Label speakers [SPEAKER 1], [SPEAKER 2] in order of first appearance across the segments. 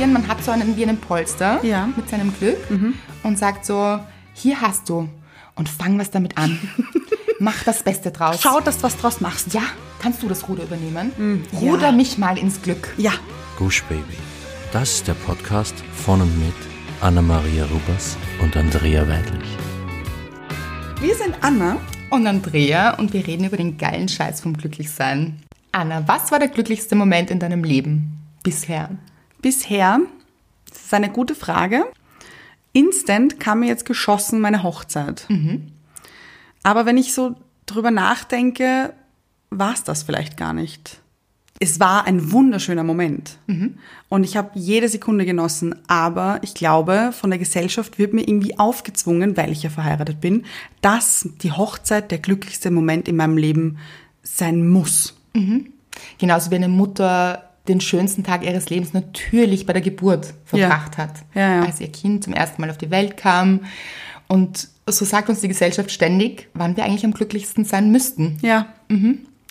[SPEAKER 1] an, man hat so einen, wie einen Polster
[SPEAKER 2] Ja. Mhm.
[SPEAKER 1] mit seinem Glück und sagt so, hier hast du und fang was damit an. Mach das Beste draus.
[SPEAKER 2] Schau, Mhm. dass du was draus machst.
[SPEAKER 1] Ja, kannst du das Ruder übernehmen? Ruder mich mal ins Glück.
[SPEAKER 2] Ja.
[SPEAKER 3] Gush Baby. Das ist der Podcast von und mit Anna-Maria Rubers und Andrea Weidlich.
[SPEAKER 2] Wir sind Anna.
[SPEAKER 1] Und Andrea und wir reden über den geilen Scheiß vom Glücklichsein. Anna, was war der glücklichste Moment in deinem Leben bisher?
[SPEAKER 2] Bisher, das ist eine gute Frage. Instant kam mir jetzt geschossen meine Hochzeit. Aber wenn ich so drüber nachdenke, war es das vielleicht gar nicht. Es war ein wunderschöner Moment. Und ich habe jede Sekunde genossen. Aber ich glaube, von der Gesellschaft wird mir irgendwie aufgezwungen, weil ich ja verheiratet bin, dass die Hochzeit der glücklichste Moment in meinem Leben sein muss.
[SPEAKER 1] Genauso Genau, also wie eine Mutter den schönsten Tag ihres Lebens natürlich bei der Geburt verbracht
[SPEAKER 2] Ja.
[SPEAKER 1] hat.
[SPEAKER 2] Ja, ja.
[SPEAKER 1] Als ihr Kind zum ersten Mal auf die Welt kam. Und so sagt uns die Gesellschaft ständig, wann wir eigentlich am glücklichsten sein müssten.
[SPEAKER 2] Ja,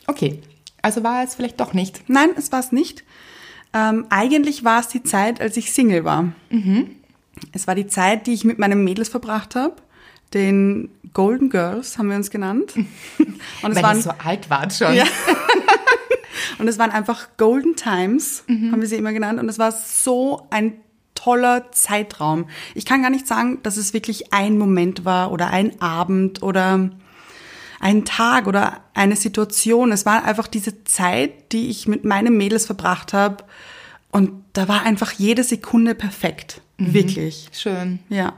[SPEAKER 1] Okay, also war es vielleicht doch nicht.
[SPEAKER 2] Nein, es war es nicht. Ähm, eigentlich war es die Zeit, als ich Single war. Es war die Zeit, die ich mit meinen Mädels verbracht habe. Den Golden Girls haben wir uns genannt. Und es,
[SPEAKER 1] Weil
[SPEAKER 2] waren,
[SPEAKER 1] ihr so alt wart schon.
[SPEAKER 2] Ja. und es waren einfach Golden Times, haben wir sie immer genannt. Und es war so ein toller Zeitraum. Ich kann gar nicht sagen, dass es wirklich ein Moment war oder ein Abend oder ein Tag oder eine Situation. Es war einfach diese Zeit, die ich mit meinen Mädels verbracht habe. Und da war einfach jede Sekunde perfekt. Wirklich.
[SPEAKER 1] Schön.
[SPEAKER 2] Ja.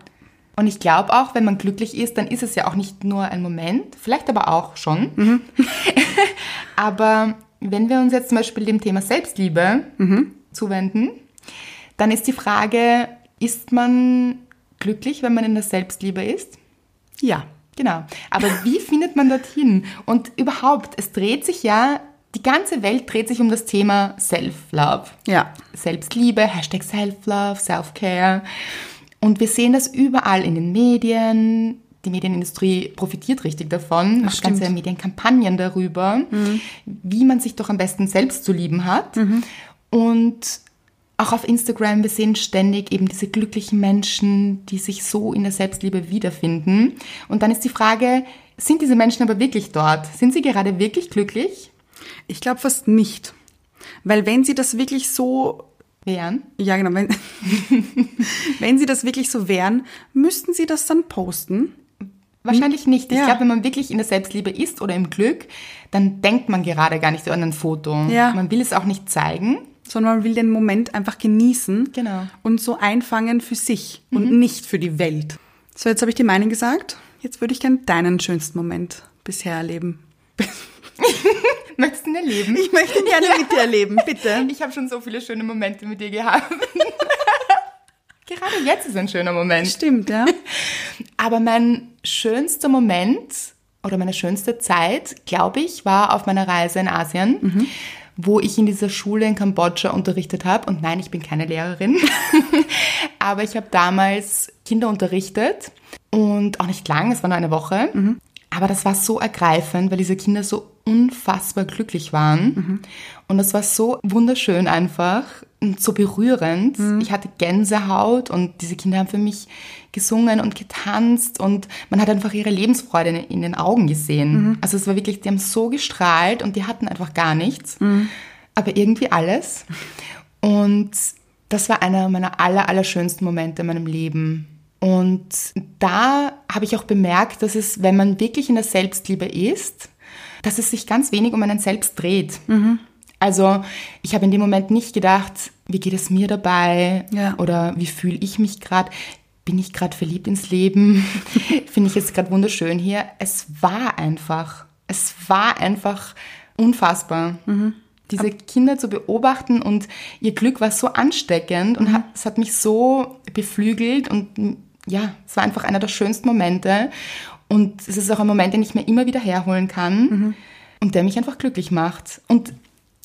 [SPEAKER 1] Und ich glaube auch, wenn man glücklich ist, dann ist es ja auch nicht nur ein Moment, vielleicht aber auch schon. aber wenn wir uns jetzt zum Beispiel dem Thema Selbstliebe zuwenden, dann ist die Frage, ist man glücklich, wenn man in der Selbstliebe ist?
[SPEAKER 2] Ja.
[SPEAKER 1] Genau. Aber wie findet man dorthin? Und überhaupt, es dreht sich ja, die ganze Welt dreht sich um das Thema Self-Love.
[SPEAKER 2] Ja.
[SPEAKER 1] Selbstliebe, Hashtag Self-Love, Self-Care. Und wir sehen das überall in den Medien. Die Medienindustrie profitiert richtig davon, macht ganze Medienkampagnen darüber,
[SPEAKER 2] Mhm.
[SPEAKER 1] wie man sich doch am besten selbst zu lieben hat. Und auch auf Instagram, wir sehen ständig eben diese glücklichen Menschen, die sich so in der Selbstliebe wiederfinden. Und dann ist die Frage, sind diese Menschen aber wirklich dort? Sind sie gerade wirklich glücklich?
[SPEAKER 2] Ich glaube fast nicht. Weil wenn sie das wirklich so
[SPEAKER 1] Wären?
[SPEAKER 2] Ja, genau. Wenn, wenn sie das wirklich so wären, müssten sie das dann posten?
[SPEAKER 1] Wahrscheinlich nicht. Ich
[SPEAKER 2] Hm? Ja.
[SPEAKER 1] glaube, wenn man wirklich in der Selbstliebe ist oder im Glück, dann denkt man gerade gar nicht so an ein Foto.
[SPEAKER 2] Ja.
[SPEAKER 1] Man will es auch nicht zeigen.
[SPEAKER 2] Sondern man will den Moment einfach genießen
[SPEAKER 1] Genau.
[SPEAKER 2] und so einfangen für sich und nicht für die Welt. So, jetzt habe ich dir meinen gesagt. Jetzt würde ich gern deinen schönsten Moment bisher erleben.
[SPEAKER 1] Möchtest du ihn erleben?
[SPEAKER 2] Ich möchte ihn gerne mit dir erleben, bitte.
[SPEAKER 1] Ich habe schon so viele schöne Momente mit dir gehabt. gerade jetzt ist ein schöner Moment.
[SPEAKER 2] Stimmt, ja.
[SPEAKER 1] Aber mein schönster Moment oder meine schönste Zeit, glaube ich, war auf meiner Reise in Asien, wo ich in dieser Schule in Kambodscha unterrichtet habe. Und nein, ich bin keine Lehrerin, aber ich habe damals Kinder unterrichtet und auch nicht lang, es war nur eine Woche. Aber das war so ergreifend, weil diese Kinder so unfassbar glücklich waren. Und das war so wunderschön einfach und so berührend. Ich hatte Gänsehaut und diese Kinder haben für mich gesungen und getanzt und man hat einfach ihre Lebensfreude in, in den Augen gesehen. Also es war wirklich, die haben so gestrahlt und die hatten einfach gar nichts, aber irgendwie alles. Und das war einer meiner aller, allerschönsten Momente in meinem Leben. Und da habe ich auch bemerkt, dass es, wenn man wirklich in der Selbstliebe ist, dass es sich ganz wenig um einen selbst dreht. Also ich habe in dem Moment nicht gedacht, wie geht es mir dabei
[SPEAKER 2] Ja.
[SPEAKER 1] oder wie fühle ich mich gerade. Bin ich gerade verliebt ins Leben? Finde ich jetzt gerade wunderschön hier? Es war einfach. Es war einfach unfassbar diese Kinder zu beobachten und ihr Glück war so ansteckend und hat, es hat mich so beflügelt und m, ja, es war einfach einer der schönsten Momente und es ist auch ein Moment, den ich mir immer wieder herholen kann und der mich einfach glücklich macht und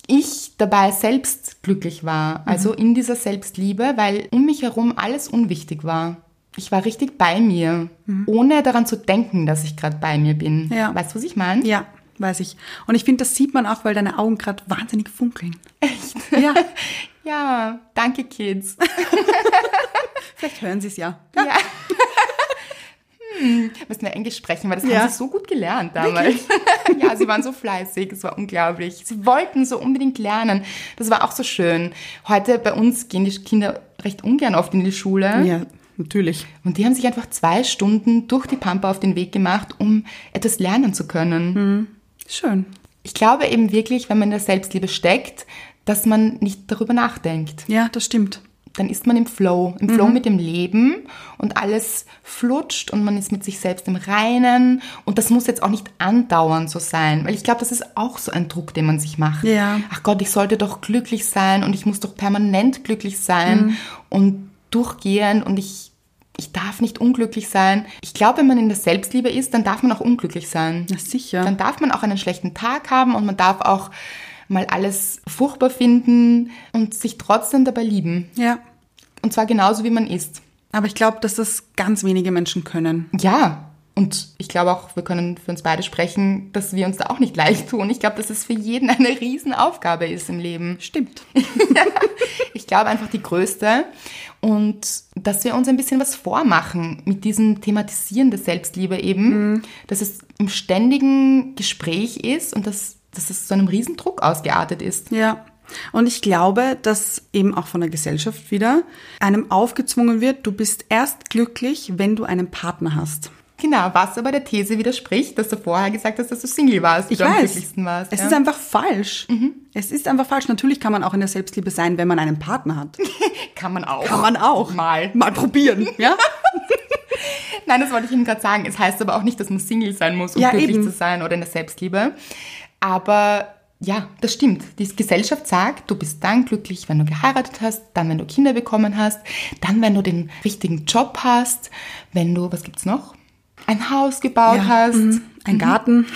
[SPEAKER 1] ich dabei selbst glücklich war, also
[SPEAKER 2] Mhm.
[SPEAKER 1] in dieser Selbstliebe, weil um mich herum alles unwichtig war. Ich war richtig bei mir, ohne daran zu denken, dass ich gerade bei mir bin.
[SPEAKER 2] Mhm. Ja.
[SPEAKER 1] Weißt du, was ich meine?
[SPEAKER 2] Ja, weiß ich. Und ich finde, das sieht man auch, weil deine Augen gerade wahnsinnig funkeln.
[SPEAKER 1] Echt?
[SPEAKER 2] Ja.
[SPEAKER 1] Ja, danke Kids.
[SPEAKER 2] Vielleicht hören sie es ja.
[SPEAKER 1] Ja. Hm, müssen wir Englisch sprechen, weil das
[SPEAKER 2] Ja.
[SPEAKER 1] haben sie so gut gelernt damals. ja, sie waren so fleißig, es war unglaublich. Sie wollten so unbedingt lernen. Das war auch so schön. Heute bei uns gehen die Kinder recht ungern oft in die Schule.
[SPEAKER 2] Ja, natürlich.
[SPEAKER 1] Und die haben sich einfach zwei Stunden durch die Pampa auf den Weg gemacht, um etwas lernen zu können.
[SPEAKER 2] Schön.
[SPEAKER 1] Ich glaube eben wirklich, wenn man in der Selbstliebe steckt, dass man nicht darüber nachdenkt.
[SPEAKER 2] Ja, das stimmt.
[SPEAKER 1] Dann ist man im Flow, im
[SPEAKER 2] Mhm.
[SPEAKER 1] Flow mit dem Leben und alles flutscht und man ist mit sich selbst im Reinen. Und das muss jetzt auch nicht andauernd so sein, weil ich glaube, das ist auch so ein Druck, den man sich macht.
[SPEAKER 2] Ja.
[SPEAKER 1] Ach Gott, ich sollte doch glücklich sein und ich muss doch permanent glücklich sein
[SPEAKER 2] Mhm.
[SPEAKER 1] und durchgehend und ich, ich darf nicht unglücklich sein. Ich glaube, wenn man in der Selbstliebe ist, dann darf man auch unglücklich sein.
[SPEAKER 2] Na sicher.
[SPEAKER 1] Dann darf man auch einen schlechten Tag haben und man darf auch mal alles furchtbar finden und sich trotzdem dabei lieben.
[SPEAKER 2] ja.
[SPEAKER 1] Und zwar genauso, wie man ist.
[SPEAKER 2] Aber ich glaube, dass das ganz wenige Menschen können.
[SPEAKER 1] Ja. Und ich glaube auch, wir können für uns beide sprechen, dass wir uns da auch nicht leicht tun. Ich glaube, dass es für jeden eine Riesenaufgabe ist im Leben.
[SPEAKER 2] Stimmt.
[SPEAKER 1] Ich glaube einfach die größte. Und dass wir uns ein bisschen was vormachen mit diesem Thematisieren der Selbstliebe eben,
[SPEAKER 2] Mhm.
[SPEAKER 1] dass es im ständigen Gespräch ist und dass, dass es zu einem Riesendruck ausgeartet ist.
[SPEAKER 2] Ja. Und ich glaube, dass eben auch von der Gesellschaft wieder einem aufgezwungen wird, du bist erst glücklich, wenn du einen Partner hast.
[SPEAKER 1] Genau, was aber der These widerspricht, dass du vorher gesagt hast, dass du Single warst, wie
[SPEAKER 2] Ich
[SPEAKER 1] du am
[SPEAKER 2] weiß.
[SPEAKER 1] glücklichsten warst.
[SPEAKER 2] es
[SPEAKER 1] ja. Mhm.
[SPEAKER 2] ist einfach falsch. Es ist einfach falsch. Natürlich kann man auch in der Selbstliebe sein, wenn man einen Partner hat.
[SPEAKER 1] kann man auch.
[SPEAKER 2] Kann man auch.
[SPEAKER 1] Mal.
[SPEAKER 2] Mal probieren, ja?
[SPEAKER 1] Nein, das wollte ich eben gerade sagen. Es heißt aber auch nicht, dass man Single sein muss, um
[SPEAKER 2] Ja,
[SPEAKER 1] glücklich
[SPEAKER 2] eben.
[SPEAKER 1] zu sein oder in der Selbstliebe. Aber ja, das stimmt. Die Gesellschaft sagt, du bist dann glücklich, wenn du geheiratet hast, dann, wenn du Kinder bekommen hast, dann, wenn du den richtigen Job hast, wenn du, was gibt's noch? Ein Haus gebaut
[SPEAKER 2] Ja, mhm.
[SPEAKER 1] hast.
[SPEAKER 2] Ein
[SPEAKER 1] Mhm.
[SPEAKER 2] Garten.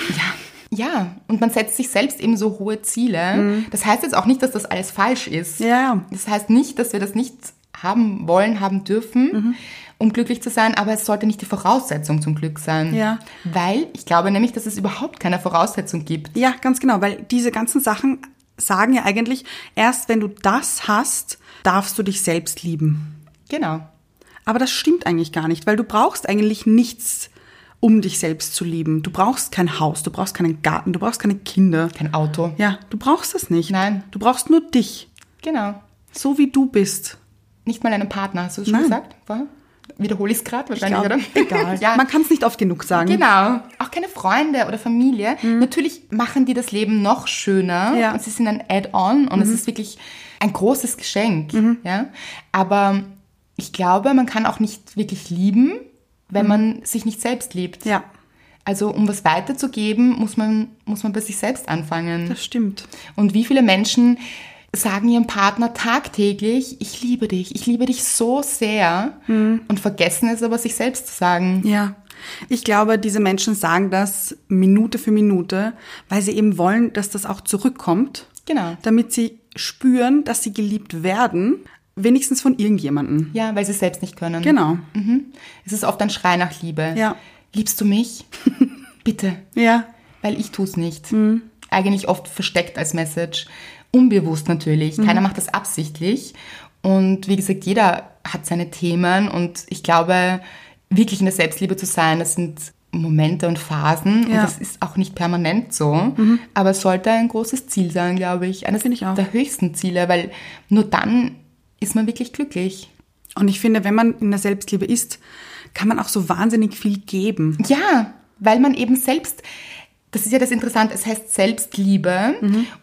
[SPEAKER 1] Ja, und man setzt sich selbst eben so hohe Ziele. Das heißt jetzt auch nicht, dass das alles falsch ist.
[SPEAKER 2] Mhm. Ja.
[SPEAKER 1] Das heißt nicht, dass wir das nicht haben wollen, haben dürfen,
[SPEAKER 2] Mhm.
[SPEAKER 1] um glücklich zu sein, aber es sollte nicht die Voraussetzung zum Glück sein.
[SPEAKER 2] Ja.
[SPEAKER 1] Weil ich glaube nämlich, dass es überhaupt keine Voraussetzung gibt.
[SPEAKER 2] Ja, ganz genau, weil diese ganzen Sachen sagen ja eigentlich, erst wenn du das hast, darfst du dich selbst lieben.
[SPEAKER 1] Genau.
[SPEAKER 2] Aber das stimmt eigentlich gar nicht, weil du brauchst eigentlich nichts, um dich selbst zu lieben. Du brauchst kein Haus, du brauchst keinen Garten, du brauchst keine Kinder.
[SPEAKER 1] Kein Auto.
[SPEAKER 2] Ja, du brauchst das nicht.
[SPEAKER 1] Nein.
[SPEAKER 2] Du brauchst nur dich,
[SPEAKER 1] Genau.
[SPEAKER 2] so wie du bist.
[SPEAKER 1] Nicht mal einen Partner, hast du das schon
[SPEAKER 2] Nein.
[SPEAKER 1] gesagt? Vorher? Wiederhole ich es gerade wahrscheinlich,
[SPEAKER 2] glaub,
[SPEAKER 1] oder?
[SPEAKER 2] Egal.
[SPEAKER 1] ja.
[SPEAKER 2] Man kann es nicht oft genug sagen.
[SPEAKER 1] Genau. Auch keine Freunde oder Familie. Natürlich machen die das Leben noch schöner.
[SPEAKER 2] Hm. Ja. Hm.
[SPEAKER 1] Und sie sind ein Add-on und es ist wirklich ein großes Geschenk. Ja? Aber ich glaube, man kann auch nicht wirklich lieben, wenn man sich nicht selbst liebt.
[SPEAKER 2] Hm. Ja,
[SPEAKER 1] Also um was weiterzugeben, muss man, muss man bei sich selbst anfangen.
[SPEAKER 2] das stimmt.
[SPEAKER 1] Und wie viele Menschen sagen ihrem Partner tagtäglich, ich liebe dich, ich liebe dich so sehr und vergessen es aber sich selbst zu sagen.
[SPEAKER 2] Hm. Ja, ich glaube, diese Menschen sagen das Minute für Minute, weil sie eben wollen, dass das auch zurückkommt.
[SPEAKER 1] Genau.
[SPEAKER 2] Damit sie spüren, dass sie geliebt werden, wenigstens von irgendjemandem.
[SPEAKER 1] Ja, weil sie es selbst nicht können.
[SPEAKER 2] Genau.
[SPEAKER 1] Mhm. Es ist oft ein Schrei nach Liebe.
[SPEAKER 2] Ja.
[SPEAKER 1] Liebst du mich? Bitte,
[SPEAKER 2] Ja,
[SPEAKER 1] weil ich tu's nicht.
[SPEAKER 2] Mhm.
[SPEAKER 1] Eigentlich oft versteckt als Message. Unbewusst natürlich.
[SPEAKER 2] Mhm.
[SPEAKER 1] Keiner macht das absichtlich. Und wie gesagt, jeder hat seine Themen. Und ich glaube, wirklich in der Selbstliebe zu sein, das sind Momente und Phasen. Und
[SPEAKER 2] Ja. Mhm.
[SPEAKER 1] das ist auch nicht permanent so. Aber es sollte ein großes Ziel sein, glaube ich. Eines
[SPEAKER 2] Finde ich auch.
[SPEAKER 1] der höchsten Ziele, weil nur dann ist man wirklich glücklich.
[SPEAKER 2] und ich finde, wenn man in der Selbstliebe ist, kann man auch so wahnsinnig viel geben.
[SPEAKER 1] Ja, weil man eben selbst, das ist ja das Interessante, es heißt Selbstliebe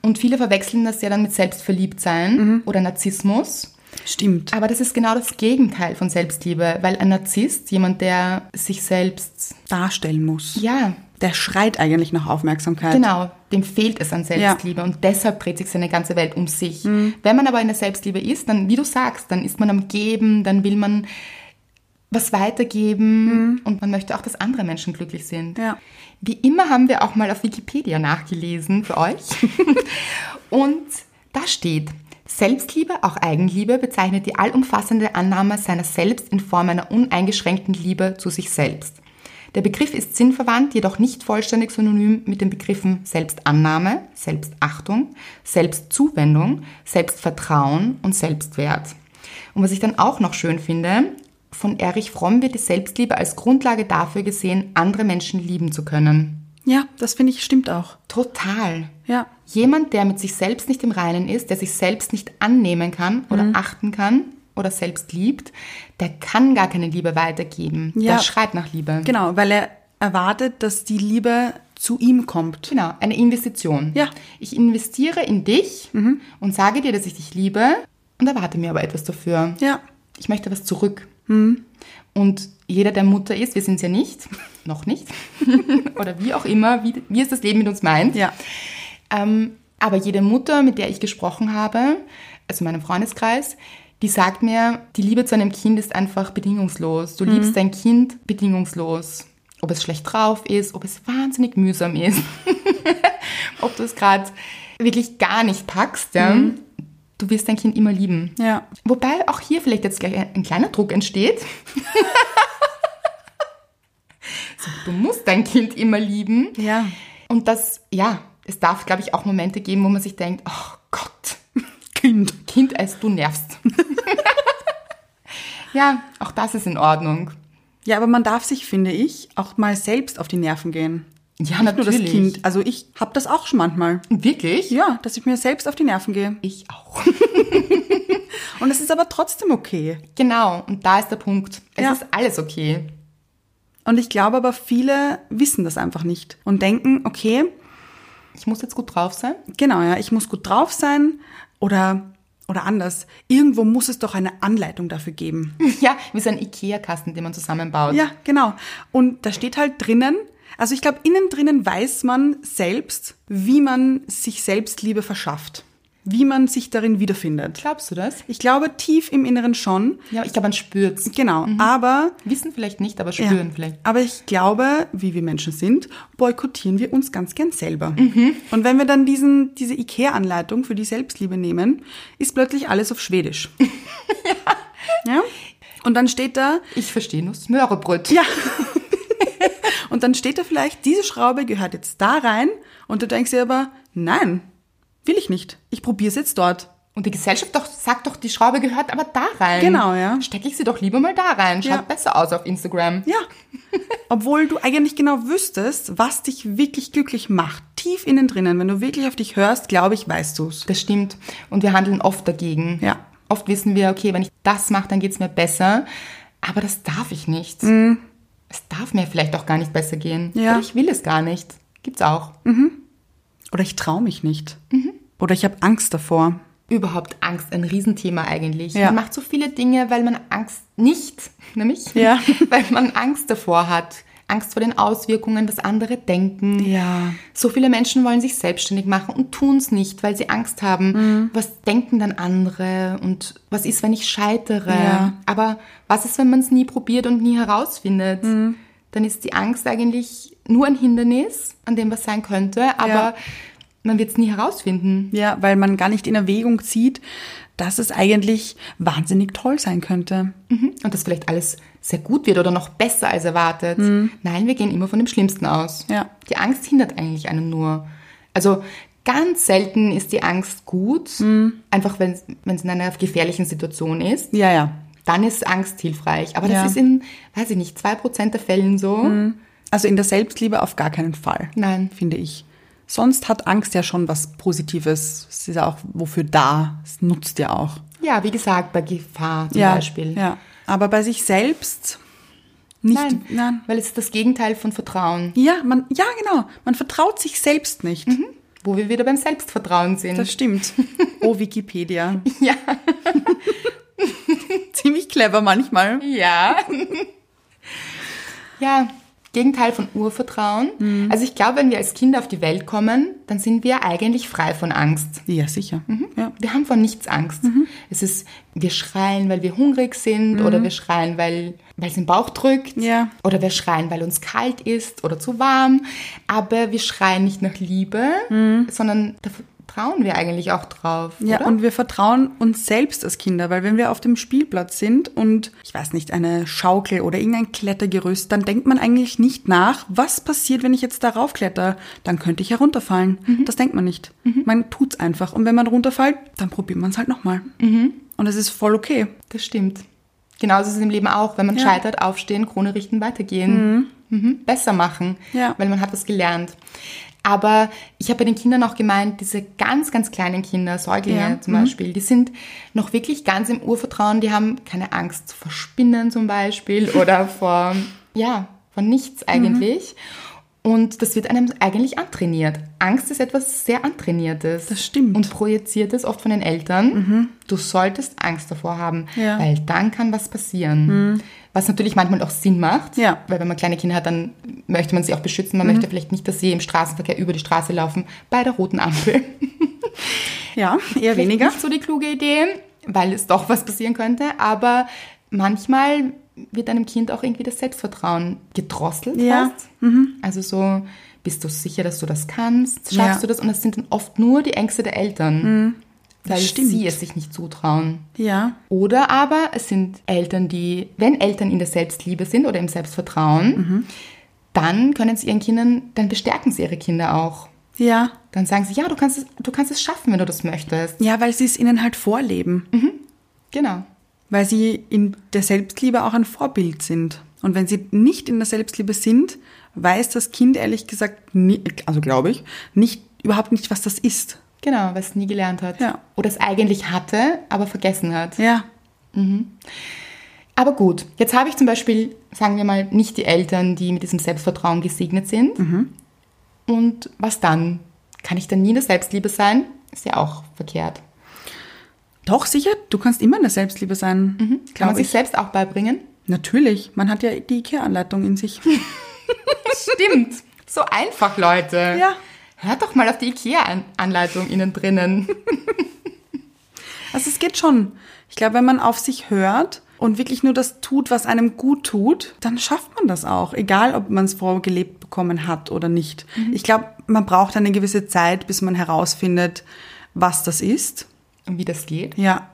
[SPEAKER 1] und viele verwechseln das ja dann mit Selbstverliebtsein oder Narzissmus.
[SPEAKER 2] Stimmt.
[SPEAKER 1] Aber das ist genau das Gegenteil von Selbstliebe, weil ein Narzisst, jemand, der sich selbst,
[SPEAKER 2] Darstellen muss.
[SPEAKER 1] ja,
[SPEAKER 2] Der schreit eigentlich nach Aufmerksamkeit.
[SPEAKER 1] genau, dem fehlt es an Selbstliebe und deshalb dreht sich seine ganze Welt um sich. Wenn man aber in der Selbstliebe ist, dann, wie du sagst, dann ist man am Geben, dann will man was weitergeben und man möchte auch, dass andere Menschen glücklich sind.
[SPEAKER 2] Ja.
[SPEAKER 1] Wie immer haben wir auch mal auf Wikipedia nachgelesen für euch. Und da steht, Selbstliebe, auch Eigenliebe, bezeichnet die allumfassende Annahme seiner selbst in Form einer uneingeschränkten Liebe zu sich selbst. Der Begriff ist sinnverwandt, jedoch nicht vollständig synonym mit den Begriffen Selbstannahme, Selbstachtung, Selbstzuwendung, Selbstvertrauen und Selbstwert. Und was ich dann auch noch schön finde, von Erich Fromm wird die Selbstliebe als Grundlage dafür gesehen, andere Menschen lieben zu können.
[SPEAKER 2] Ja, das finde ich stimmt auch.
[SPEAKER 1] Total.
[SPEAKER 2] Ja.
[SPEAKER 1] Jemand, der mit sich selbst nicht im Reinen ist, der sich selbst nicht annehmen kann oder
[SPEAKER 2] Mhm.
[SPEAKER 1] achten kann oder selbst liebt, der kann gar keine Liebe weitergeben.
[SPEAKER 2] Ja.
[SPEAKER 1] Der schreit nach Liebe.
[SPEAKER 2] Genau, weil er erwartet, dass die Liebe zu ihm kommt.
[SPEAKER 1] Genau, eine Investition.
[SPEAKER 2] Ja. Mhm.
[SPEAKER 1] Ich investiere in dich und sage dir, dass ich dich liebe und erwarte mir aber etwas dafür.
[SPEAKER 2] Ja. Mhm.
[SPEAKER 1] Ich möchte was zurück. Und jeder, der Mutter ist, wir sind es ja nicht, noch nicht, oder wie auch immer, wie, wie es das Leben mit uns meint.
[SPEAKER 2] Ja.
[SPEAKER 1] Ähm, aber jede Mutter, mit der ich gesprochen habe, also in meinem Freundeskreis, die sagt mir, die Liebe zu einem Kind ist einfach bedingungslos.
[SPEAKER 2] Mhm.
[SPEAKER 1] Du liebst dein Kind bedingungslos. Ob es schlecht drauf ist, ob es wahnsinnig mühsam ist, ob du es gerade wirklich gar nicht packst, ja? du wirst dein Kind immer lieben.
[SPEAKER 2] Mhm. Ja.
[SPEAKER 1] Wobei auch hier vielleicht jetzt gleich ein kleiner Druck entsteht. so, du musst dein Kind immer lieben.
[SPEAKER 2] Ja.
[SPEAKER 1] Und das, ja, es darf, glaube ich, auch Momente geben, wo man sich denkt, oh Gott,
[SPEAKER 2] Kind.
[SPEAKER 1] Kind, als du nervst. ja, auch das ist in Ordnung.
[SPEAKER 2] Ja, aber man darf sich, finde ich, auch mal selbst auf die Nerven gehen.
[SPEAKER 1] Ja,
[SPEAKER 2] Nicht nur das
[SPEAKER 1] natürlich.
[SPEAKER 2] Kind. Also ich habe das auch schon manchmal.
[SPEAKER 1] Wirklich?
[SPEAKER 2] Ja, dass ich mir selbst auf die Nerven gehe.
[SPEAKER 1] Ich auch.
[SPEAKER 2] Und es ist aber trotzdem okay.
[SPEAKER 1] Genau, und da ist der Punkt. Es
[SPEAKER 2] Ja.
[SPEAKER 1] ist alles okay.
[SPEAKER 2] Und ich glaube aber, viele wissen das einfach nicht und denken, okay,
[SPEAKER 1] Ich muss jetzt gut drauf sein.
[SPEAKER 2] genau, ja, ich muss gut drauf sein oder, oder anders. Irgendwo muss es doch eine Anleitung dafür geben.
[SPEAKER 1] Ja, wie so ein Ikea-Kasten, den man zusammenbaut.
[SPEAKER 2] Ja, genau. Und da steht halt drinnen, also ich glaube, innen drinnen weiß man selbst, wie man sich Selbstliebe verschafft, wie man sich darin wiederfindet.
[SPEAKER 1] Glaubst du das?
[SPEAKER 2] Ich glaube, tief im Inneren schon,
[SPEAKER 1] Ja, ich glaube, man spürt's.
[SPEAKER 2] genau, aber
[SPEAKER 1] Wissen vielleicht nicht, aber spüren
[SPEAKER 2] Ja.
[SPEAKER 1] vielleicht.
[SPEAKER 2] Aber ich glaube, wie wir Menschen sind, boykottieren wir uns ganz gern selber. Und wenn wir dann diesen, diese IKEA-Anleitung für die Selbstliebe nehmen, ist plötzlich alles auf Schwedisch. ja. Und dann steht da,
[SPEAKER 1] Ich verstehe nur Smörebröt.
[SPEAKER 2] ja. und dann steht da vielleicht, diese Schraube gehört jetzt da rein. Und du denkst dir aber, nein, will ich nicht. Ich probiere es jetzt dort.
[SPEAKER 1] Und die Gesellschaft doch, sagt doch, die Schraube gehört aber da rein.
[SPEAKER 2] Genau, ja.
[SPEAKER 1] Stecke ich sie doch lieber mal da rein. Schaut
[SPEAKER 2] Ja.
[SPEAKER 1] besser aus auf Instagram.
[SPEAKER 2] Ja. Obwohl du eigentlich genau wüsstest, was dich wirklich glücklich macht. Tief innen drinnen, wenn du wirklich auf dich hörst, glaube ich, weißt du's.
[SPEAKER 1] Das stimmt. Und wir handeln oft dagegen.
[SPEAKER 2] Ja.
[SPEAKER 1] Oft wissen wir, okay, wenn ich das mache, dann geht's mir besser. Aber das darf ich nicht. Es darf mir vielleicht auch gar nicht besser gehen.
[SPEAKER 2] Mhm. Ja. Mhm.
[SPEAKER 1] Oder ich will es gar nicht. Gibt's auch.
[SPEAKER 2] Oder ich traue mich nicht. Oder ich habe Angst davor.
[SPEAKER 1] Überhaupt Angst, ein Riesenthema eigentlich.
[SPEAKER 2] Ja.
[SPEAKER 1] Man macht so viele Dinge, weil man Angst nicht, nämlich,
[SPEAKER 2] Ja.
[SPEAKER 1] weil man Angst davor hat. Angst vor den Auswirkungen, was andere denken.
[SPEAKER 2] Ja.
[SPEAKER 1] So viele Menschen wollen sich selbstständig machen und tun es nicht, weil sie Angst haben.
[SPEAKER 2] Mhm.
[SPEAKER 1] Was denken dann andere und was ist, wenn ich scheitere?
[SPEAKER 2] Ja.
[SPEAKER 1] Aber was ist, wenn man es nie probiert und nie herausfindet?
[SPEAKER 2] Mhm.
[SPEAKER 1] Dann ist die Angst eigentlich nur ein Hindernis an dem, was sein könnte, aber
[SPEAKER 2] Ja.
[SPEAKER 1] man wird es nie herausfinden.
[SPEAKER 2] Ja, weil man gar nicht in Erwägung zieht, dass es eigentlich wahnsinnig toll sein könnte.
[SPEAKER 1] Mhm. Und dass vielleicht alles sehr gut wird oder noch besser als erwartet. Nein, wir gehen immer von dem Schlimmsten aus.
[SPEAKER 2] Hm. Ja.
[SPEAKER 1] Die Angst hindert eigentlich einen nur. Also ganz selten ist die Angst gut,
[SPEAKER 2] Hm.
[SPEAKER 1] einfach wenn es in einer gefährlichen Situation ist.
[SPEAKER 2] Ja, ja.
[SPEAKER 1] Dann ist Angst hilfreich. Aber das
[SPEAKER 2] Ja.
[SPEAKER 1] ist in, weiß ich nicht, 2% der Fällen so.
[SPEAKER 2] Also in der Selbstliebe auf gar keinen Fall.
[SPEAKER 1] Nein.
[SPEAKER 2] Finde ich. Sonst hat Angst ja schon was Positives. Es ist ja auch wofür da. Es nutzt ja auch.
[SPEAKER 1] Ja, wie gesagt, bei Gefahr zum
[SPEAKER 2] ja.
[SPEAKER 1] Beispiel.
[SPEAKER 2] Ja. Aber bei sich selbst nicht.
[SPEAKER 1] Nein, weil es ist das Gegenteil von Vertrauen,
[SPEAKER 2] Ja, man, ja, genau. Man vertraut sich selbst nicht.
[SPEAKER 1] wo wir wieder beim Selbstvertrauen sind.
[SPEAKER 2] Das stimmt. Oh, Wikipedia.
[SPEAKER 1] Ja.
[SPEAKER 2] Ziemlich clever manchmal.
[SPEAKER 1] Ja. ja, Gegenteil von Urvertrauen.
[SPEAKER 2] Mhm.
[SPEAKER 1] Also ich glaube, wenn wir als Kinder auf die Welt kommen, dann sind wir eigentlich frei von Angst.
[SPEAKER 2] Ja, sicher. Ja.
[SPEAKER 1] Wir haben vor nichts Angst.
[SPEAKER 2] Mhm.
[SPEAKER 1] Es ist, wir schreien, weil wir hungrig sind oder wir schreien, weil weil es im Bauch drückt
[SPEAKER 2] Ja.
[SPEAKER 1] oder wir schreien, weil uns kalt ist oder zu warm. Aber wir schreien nicht nach Liebe, sondern da, vertrauen wir eigentlich auch drauf.
[SPEAKER 2] Mhm. Ja,
[SPEAKER 1] oder?
[SPEAKER 2] und wir vertrauen uns selbst als Kinder, weil wenn wir auf dem Spielplatz sind und, ich weiß nicht, eine Schaukel oder irgendein Klettergerüst, dann denkt man eigentlich nicht nach, was passiert, wenn ich jetzt darauf kletter? Dann könnte ich herunterfallen.
[SPEAKER 1] Mhm.
[SPEAKER 2] Das denkt man nicht. Man tut's einfach. Und wenn man runterfällt, dann probiert man es halt nochmal.
[SPEAKER 1] Mhm.
[SPEAKER 2] Und es ist voll okay.
[SPEAKER 1] das stimmt. Genauso ist es im Leben auch, wenn man
[SPEAKER 2] Ja.
[SPEAKER 1] scheitert, aufstehen, Krone richten, weitergehen, mhm. besser machen,
[SPEAKER 2] Ja.
[SPEAKER 1] weil man hat was gelernt. Aber ich habe bei den Kindern auch gemeint, diese ganz, ganz kleinen Kinder, Säuglinge
[SPEAKER 2] Ja, Mhm.
[SPEAKER 1] zum Beispiel, die sind noch wirklich ganz im Urvertrauen, die haben keine Angst vor Spinnen zum Beispiel oder vor, ja, vor nichts
[SPEAKER 2] Mhm.
[SPEAKER 1] eigentlich. Und das wird einem eigentlich antrainiert. Angst ist etwas sehr Antrainiertes.
[SPEAKER 2] Das stimmt.
[SPEAKER 1] Und projiziert es oft von den Eltern. Du solltest Angst davor haben,
[SPEAKER 2] Mhm. Ja. Mhm.
[SPEAKER 1] weil dann kann was passieren. Was natürlich manchmal auch Sinn macht,
[SPEAKER 2] Ja. Mhm.
[SPEAKER 1] weil wenn man kleine Kinder hat, dann möchte man sie auch beschützen. Man möchte vielleicht nicht, dass sie im Straßenverkehr über die Straße laufen bei der roten Ampel.
[SPEAKER 2] Ja, eher
[SPEAKER 1] Vielleicht
[SPEAKER 2] weniger.
[SPEAKER 1] Nicht so die kluge Idee, weil es doch was passieren könnte, aber manchmal wird einem Kind auch irgendwie das Selbstvertrauen gedrosselt.
[SPEAKER 2] Ja. Mhm.
[SPEAKER 1] fast. Also so, bist du sicher, dass du das kannst? Schaffst
[SPEAKER 2] Ja. Mhm.
[SPEAKER 1] du das? Und das sind dann oft nur die Ängste der Eltern,
[SPEAKER 2] Das
[SPEAKER 1] weil
[SPEAKER 2] stimmt.
[SPEAKER 1] sie es sich nicht zutrauen.
[SPEAKER 2] Ja.
[SPEAKER 1] Oder aber es sind Eltern, die, wenn Eltern in der Selbstliebe sind oder im Selbstvertrauen,
[SPEAKER 2] Mhm.
[SPEAKER 1] dann können sie ihren Kindern, dann bestärken sie ihre Kinder auch.
[SPEAKER 2] Ja.
[SPEAKER 1] Dann sagen sie, ja, du kannst es, du kannst es schaffen, wenn du das möchtest.
[SPEAKER 2] Ja, weil sie es ihnen halt vorleben.
[SPEAKER 1] Genau.
[SPEAKER 2] Weil sie in der Selbstliebe auch ein Vorbild sind. Und wenn sie nicht in der Selbstliebe sind, weiß das Kind ehrlich gesagt, ni- also glaube ich, nicht, überhaupt nicht, was das ist.
[SPEAKER 1] Genau, was nie gelernt hat.
[SPEAKER 2] Ja.
[SPEAKER 1] Oder es eigentlich hatte, aber vergessen hat.
[SPEAKER 2] Ja.
[SPEAKER 1] Aber gut, jetzt habe ich zum Beispiel, sagen wir mal, nicht die Eltern, die mit diesem Selbstvertrauen gesegnet sind.
[SPEAKER 2] Mhm.
[SPEAKER 1] Und was dann? Kann ich dann nie in der Selbstliebe sein? Ist ja auch verkehrt.
[SPEAKER 2] Doch, sicher, du kannst immer in der Selbstliebe sein.
[SPEAKER 1] Mhm. Kann man
[SPEAKER 2] glaube
[SPEAKER 1] sich
[SPEAKER 2] ich.
[SPEAKER 1] selbst auch beibringen?
[SPEAKER 2] Natürlich, man hat ja die IKEA-Anleitung in sich.
[SPEAKER 1] Stimmt. So einfach, Leute.
[SPEAKER 2] Ja.
[SPEAKER 1] Hört doch mal auf die IKEA-Anleitung innen drinnen.
[SPEAKER 2] Also es geht schon. Ich glaube, wenn man auf sich hört und wirklich nur das tut, was einem gut tut, dann schafft man das auch, egal ob man es vorgelebt bekommen hat oder nicht.
[SPEAKER 1] Mhm.
[SPEAKER 2] Ich glaube, man braucht eine gewisse Zeit, bis man herausfindet, was das ist.
[SPEAKER 1] Und wie das geht?
[SPEAKER 2] Ja.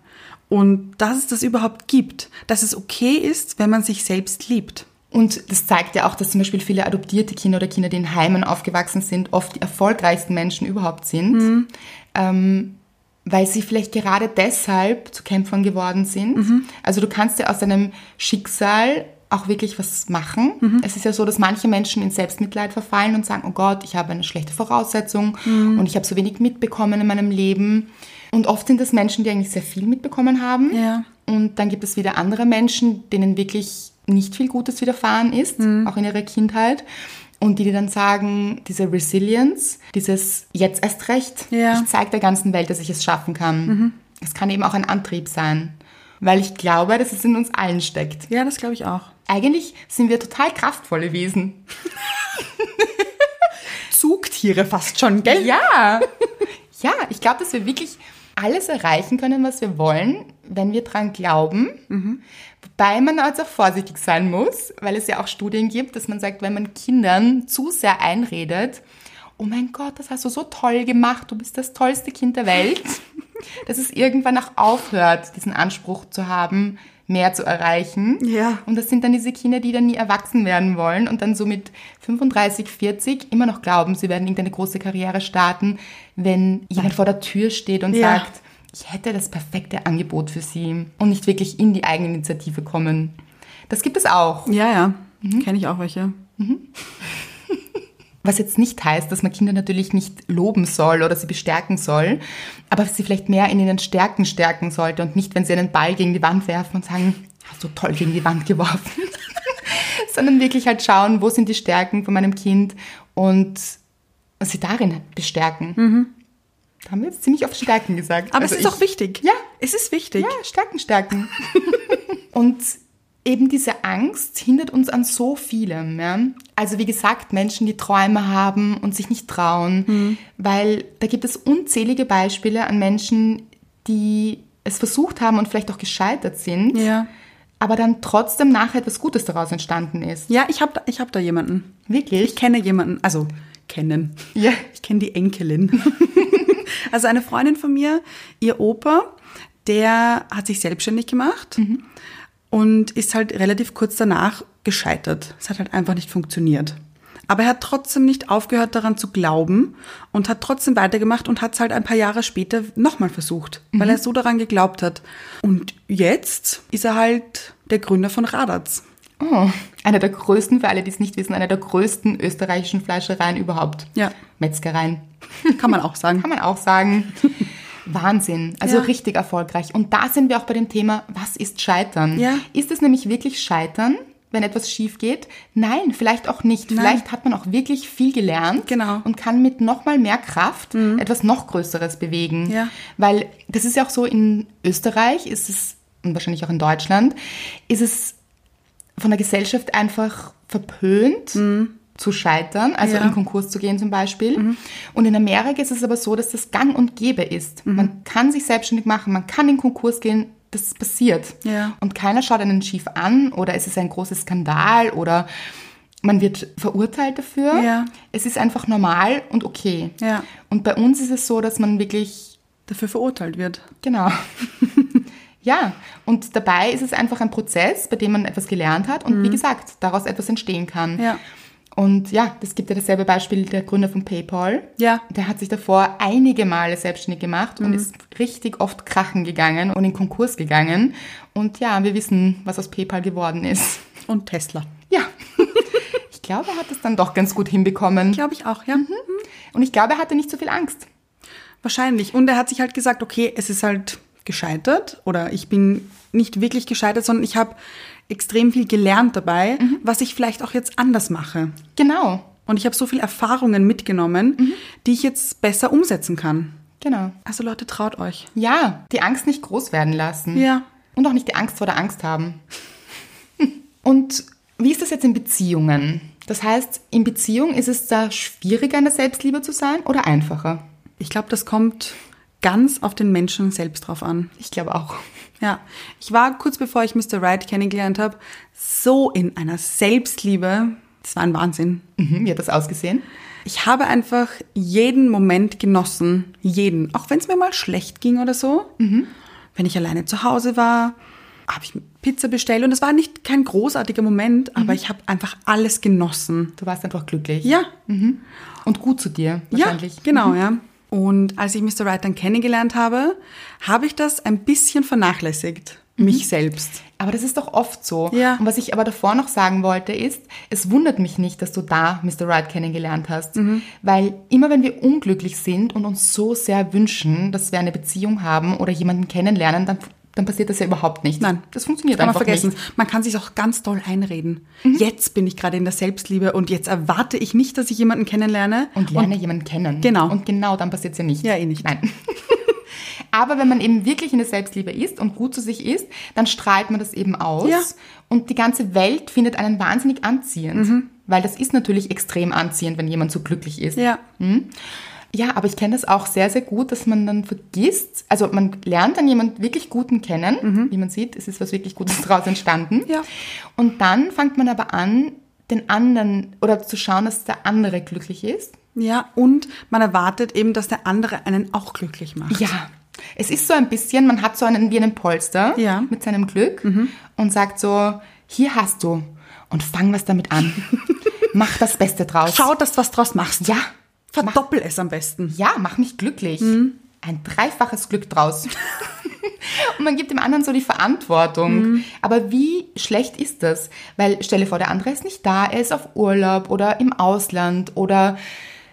[SPEAKER 2] Und dass es das überhaupt gibt, dass es okay ist, wenn man sich selbst liebt.
[SPEAKER 1] Und das zeigt ja auch, dass zum Beispiel viele adoptierte Kinder oder Kinder, die in Heimen aufgewachsen sind, oft die erfolgreichsten Menschen überhaupt sind, ähm, weil sie vielleicht gerade deshalb zu Kämpfern geworden sind. Also du kannst ja aus deinem Schicksal auch wirklich was machen. Es ist ja so, dass manche Menschen in Selbstmitleid verfallen und sagen, oh Gott, ich habe eine schlechte Voraussetzung und ich habe so wenig mitbekommen in meinem Leben. Und oft sind das Menschen, die eigentlich sehr viel mitbekommen haben.
[SPEAKER 2] Ja.
[SPEAKER 1] Und dann gibt es wieder andere Menschen, denen wirklich nicht viel Gutes widerfahren ist, auch in ihrer Kindheit. Und die dir dann sagen, diese Resilience, dieses jetzt erst recht,
[SPEAKER 2] Ja.
[SPEAKER 1] ich zeige der ganzen Welt, dass ich es schaffen kann. Es kann eben auch ein Antrieb sein. Weil ich glaube, dass es in uns allen steckt.
[SPEAKER 2] Ja, das glaube ich auch.
[SPEAKER 1] Eigentlich sind wir total kraftvolle Wesen.
[SPEAKER 2] Zugtiere fast schon, gell?
[SPEAKER 1] Ja, ja, ich glaube, dass wir wirklich alles erreichen können, was wir wollen, wenn wir dran glauben. Wobei man also auch vorsichtig sein muss, weil es ja auch Studien gibt, dass man sagt, wenn man Kindern zu sehr einredet, oh mein Gott, das hast du so toll gemacht, du bist das tollste Kind der Welt, dass es irgendwann auch aufhört, diesen Anspruch zu haben, mehr zu erreichen.
[SPEAKER 2] Ja.
[SPEAKER 1] Und das sind dann diese Kinder, die dann nie erwachsen werden wollen und dann so mit 35, 40 immer noch glauben, sie werden irgendeine große Karriere starten, wenn jemand vor der Tür steht und
[SPEAKER 2] Ja.
[SPEAKER 1] sagt, ich hätte das perfekte Angebot für sie und nicht wirklich in die Eigeninitiative kommen. Das gibt es auch.
[SPEAKER 2] Ja, ja.
[SPEAKER 1] Mhm.
[SPEAKER 2] Kenne ich auch welche.
[SPEAKER 1] Was jetzt nicht heißt, dass man Kinder natürlich nicht loben soll oder sie bestärken soll, aber sie vielleicht mehr in ihren Stärken stärken sollte und nicht, wenn sie einen Ball gegen die Wand werfen und sagen, hast du toll gegen die Wand geworfen, sondern wirklich halt schauen, wo sind die Stärken von meinem Kind und sie darin bestärken. Da haben wir jetzt ziemlich oft Stärken gesagt.
[SPEAKER 2] Mhm. Aber
[SPEAKER 1] Also
[SPEAKER 2] es ist
[SPEAKER 1] ich-
[SPEAKER 2] auch wichtig.
[SPEAKER 1] Ja.
[SPEAKER 2] Es ist wichtig.
[SPEAKER 1] ja, stärken, stärken. und eben diese Angst hindert uns an so vielem. Ja? Also wie gesagt, Menschen, die Träume haben und sich nicht trauen,
[SPEAKER 2] Hm.
[SPEAKER 1] weil da gibt es unzählige Beispiele an Menschen, die es versucht haben und vielleicht auch gescheitert sind,
[SPEAKER 2] Ja.
[SPEAKER 1] aber dann trotzdem nachher etwas Gutes daraus entstanden ist.
[SPEAKER 2] Ja, ich habe da, ich hab da jemanden.
[SPEAKER 1] Wirklich?
[SPEAKER 2] Ich kenne jemanden, also kennen.
[SPEAKER 1] Ja.
[SPEAKER 2] Ich kenne die Enkelin. Also eine Freundin von mir, ihr Opa, der hat sich selbstständig gemacht und ist halt relativ kurz danach gescheitert. Es hat halt einfach nicht funktioniert. Aber er hat trotzdem nicht aufgehört daran zu glauben und hat trotzdem weitergemacht und hat es halt ein paar Jahre später nochmal versucht, weil er so daran geglaubt hat. Und jetzt ist er halt der Gründer von Radatz.
[SPEAKER 1] Oh, einer der größten, für alle, die es nicht wissen, einer der größten österreichischen Fleischereien überhaupt.
[SPEAKER 2] Ja.
[SPEAKER 1] Metzgereien.
[SPEAKER 2] Kann man auch sagen.
[SPEAKER 1] Kann man auch sagen. Wahnsinn. Also
[SPEAKER 2] Ja.
[SPEAKER 1] richtig erfolgreich. Und da sind wir auch bei dem Thema, was ist Scheitern?
[SPEAKER 2] Ja.
[SPEAKER 1] Ist es nämlich wirklich Scheitern, wenn etwas schief geht? Nein, vielleicht auch nicht.
[SPEAKER 2] Nein.
[SPEAKER 1] Vielleicht hat man auch wirklich viel gelernt
[SPEAKER 2] Genau. Mhm.
[SPEAKER 1] und kann mit nochmal mehr Kraft etwas noch Größeres bewegen.
[SPEAKER 2] Ja.
[SPEAKER 1] Weil das ist ja auch so, in Österreich ist es, und wahrscheinlich auch in Deutschland, ist es von der Gesellschaft einfach verpönt zu scheitern, also
[SPEAKER 2] Mhm. Ja. Mhm.
[SPEAKER 1] in Konkurs zu gehen zum Beispiel. Und in Amerika ist es aber so, dass das gang und gäbe ist.
[SPEAKER 2] Mhm.
[SPEAKER 1] Man kann sich selbstständig machen, man kann in Konkurs gehen, das passiert.
[SPEAKER 2] Ja.
[SPEAKER 1] Und keiner schaut einen schief an oder es ist ein großer Skandal oder man wird verurteilt dafür.
[SPEAKER 2] Ja.
[SPEAKER 1] Es ist einfach normal und okay.
[SPEAKER 2] Ja.
[SPEAKER 1] Und bei uns ist es so, dass man wirklich
[SPEAKER 2] Dafür verurteilt wird.
[SPEAKER 1] Genau. ja, und dabei ist es einfach ein Prozess, bei dem man etwas gelernt hat und wie gesagt, daraus etwas entstehen kann.
[SPEAKER 2] Mhm. Ja.
[SPEAKER 1] Und ja, das gibt ja dasselbe Beispiel der Gründer von PayPal.
[SPEAKER 2] Ja. Mhm.
[SPEAKER 1] Der hat sich davor einige Male selbstständig gemacht und ist richtig oft krachen gegangen und in Konkurs gegangen. Und ja, wir wissen, was aus PayPal geworden ist.
[SPEAKER 2] Und Tesla.
[SPEAKER 1] Ja. ich glaube, er hat es dann doch ganz gut hinbekommen.
[SPEAKER 2] Glaube ich auch, ja.
[SPEAKER 1] Und ich glaube, er hatte nicht so viel Angst.
[SPEAKER 2] Wahrscheinlich. Und er hat sich halt gesagt, okay, es ist halt gescheitert oder ich bin nicht wirklich gescheitert, sondern ich habe extrem viel gelernt dabei, was ich vielleicht auch jetzt anders mache.
[SPEAKER 1] Genau,
[SPEAKER 2] Und ich habe so viel Erfahrungen mitgenommen, die ich jetzt besser umsetzen kann.
[SPEAKER 1] genau.
[SPEAKER 2] Mhm. Also Leute, traut euch.
[SPEAKER 1] Ja, die Angst nicht groß werden lassen.
[SPEAKER 2] Ja.
[SPEAKER 1] Und auch nicht die Angst vor der Angst haben. Und wie ist das jetzt in Beziehungen? Das heißt, in Beziehung ist es da schwieriger, in der Selbstliebe zu sein oder einfacher?
[SPEAKER 2] Ich glaube, das kommt ganz auf den Menschen selbst drauf an.
[SPEAKER 1] Ich glaube auch.
[SPEAKER 2] Ja, ich war kurz bevor ich Mr. Right kennengelernt habe, so in einer Selbstliebe. Das war ein Wahnsinn.
[SPEAKER 1] Mhm, wie hat das ausgesehen?
[SPEAKER 2] Ich habe einfach jeden Moment genossen. Jeden. Auch wenn es mir mal schlecht ging oder so.
[SPEAKER 1] Mhm.
[SPEAKER 2] Wenn ich alleine zu Hause war, habe ich Pizza bestellt. Und es war nicht kein großartiger Moment,
[SPEAKER 1] Mhm.
[SPEAKER 2] aber ich habe einfach alles genossen.
[SPEAKER 1] Du warst einfach glücklich.
[SPEAKER 2] Ja,
[SPEAKER 1] Und gut zu dir,
[SPEAKER 2] ja,
[SPEAKER 1] wahrscheinlich. Mhm.
[SPEAKER 2] genau, ja. Und als ich Mr. Right dann kennengelernt habe, habe ich das ein bisschen vernachlässigt.
[SPEAKER 1] Mhm.
[SPEAKER 2] Mich selbst.
[SPEAKER 1] Aber das ist doch oft so.
[SPEAKER 2] Ja.
[SPEAKER 1] Und was ich aber davor noch sagen wollte, ist, es wundert mich nicht, dass du da Mr. Right kennengelernt hast.
[SPEAKER 2] Mhm.
[SPEAKER 1] Weil immer wenn wir unglücklich sind und uns so sehr wünschen, dass wir eine Beziehung haben oder jemanden kennenlernen, dann, dann passiert das ja überhaupt nicht.
[SPEAKER 2] Nein,
[SPEAKER 1] Das funktioniert
[SPEAKER 2] kann man
[SPEAKER 1] einfach Mhm.
[SPEAKER 2] vergessen.
[SPEAKER 1] nicht.
[SPEAKER 2] Man kann sich auch ganz doll einreden. Jetzt bin ich gerade in der Selbstliebe und jetzt erwarte ich nicht, dass ich jemanden kennenlerne.
[SPEAKER 1] Und lerne jemanden kennen.
[SPEAKER 2] Genau.
[SPEAKER 1] Und genau dann passiert es ja nicht.
[SPEAKER 2] Ja, eh nicht.
[SPEAKER 1] Nein. Aber wenn man eben wirklich in der Selbstliebe ist und gut zu sich ist, dann strahlt man das eben aus.
[SPEAKER 2] Ja.
[SPEAKER 1] Und die ganze Welt findet einen wahnsinnig anziehend.
[SPEAKER 2] Mhm.
[SPEAKER 1] Weil das ist natürlich extrem anziehend, wenn jemand so glücklich ist.
[SPEAKER 2] Ja,
[SPEAKER 1] Ja, aber ich kenne das auch sehr, sehr gut, dass man dann vergisst, also man lernt dann jemand wirklich Guten kennen, wie man sieht, es ist was wirklich Gutes daraus entstanden.
[SPEAKER 2] Mhm. Ja.
[SPEAKER 1] Und dann fängt man aber an, den anderen oder zu schauen, dass der andere glücklich ist.
[SPEAKER 2] ja, und man erwartet eben, dass der andere einen auch glücklich macht.
[SPEAKER 1] Ja. Es ist so ein bisschen, man hat so einen wie einen Polster
[SPEAKER 2] Ja. Mhm.
[SPEAKER 1] mit seinem Glück und sagt so, hier hast du und fang was damit an. Mach das Beste draus.
[SPEAKER 2] Schau, dass du was draus machst.
[SPEAKER 1] Ja.
[SPEAKER 2] Verdoppel es am besten.
[SPEAKER 1] ja, mach mich glücklich.
[SPEAKER 2] Mhm.
[SPEAKER 1] Ein dreifaches Glück draus. und man gibt dem anderen so die Verantwortung.
[SPEAKER 2] Mhm.
[SPEAKER 1] Aber wie schlecht ist das? Weil stelle vor, der andere ist nicht da, er ist auf Urlaub oder im Ausland oder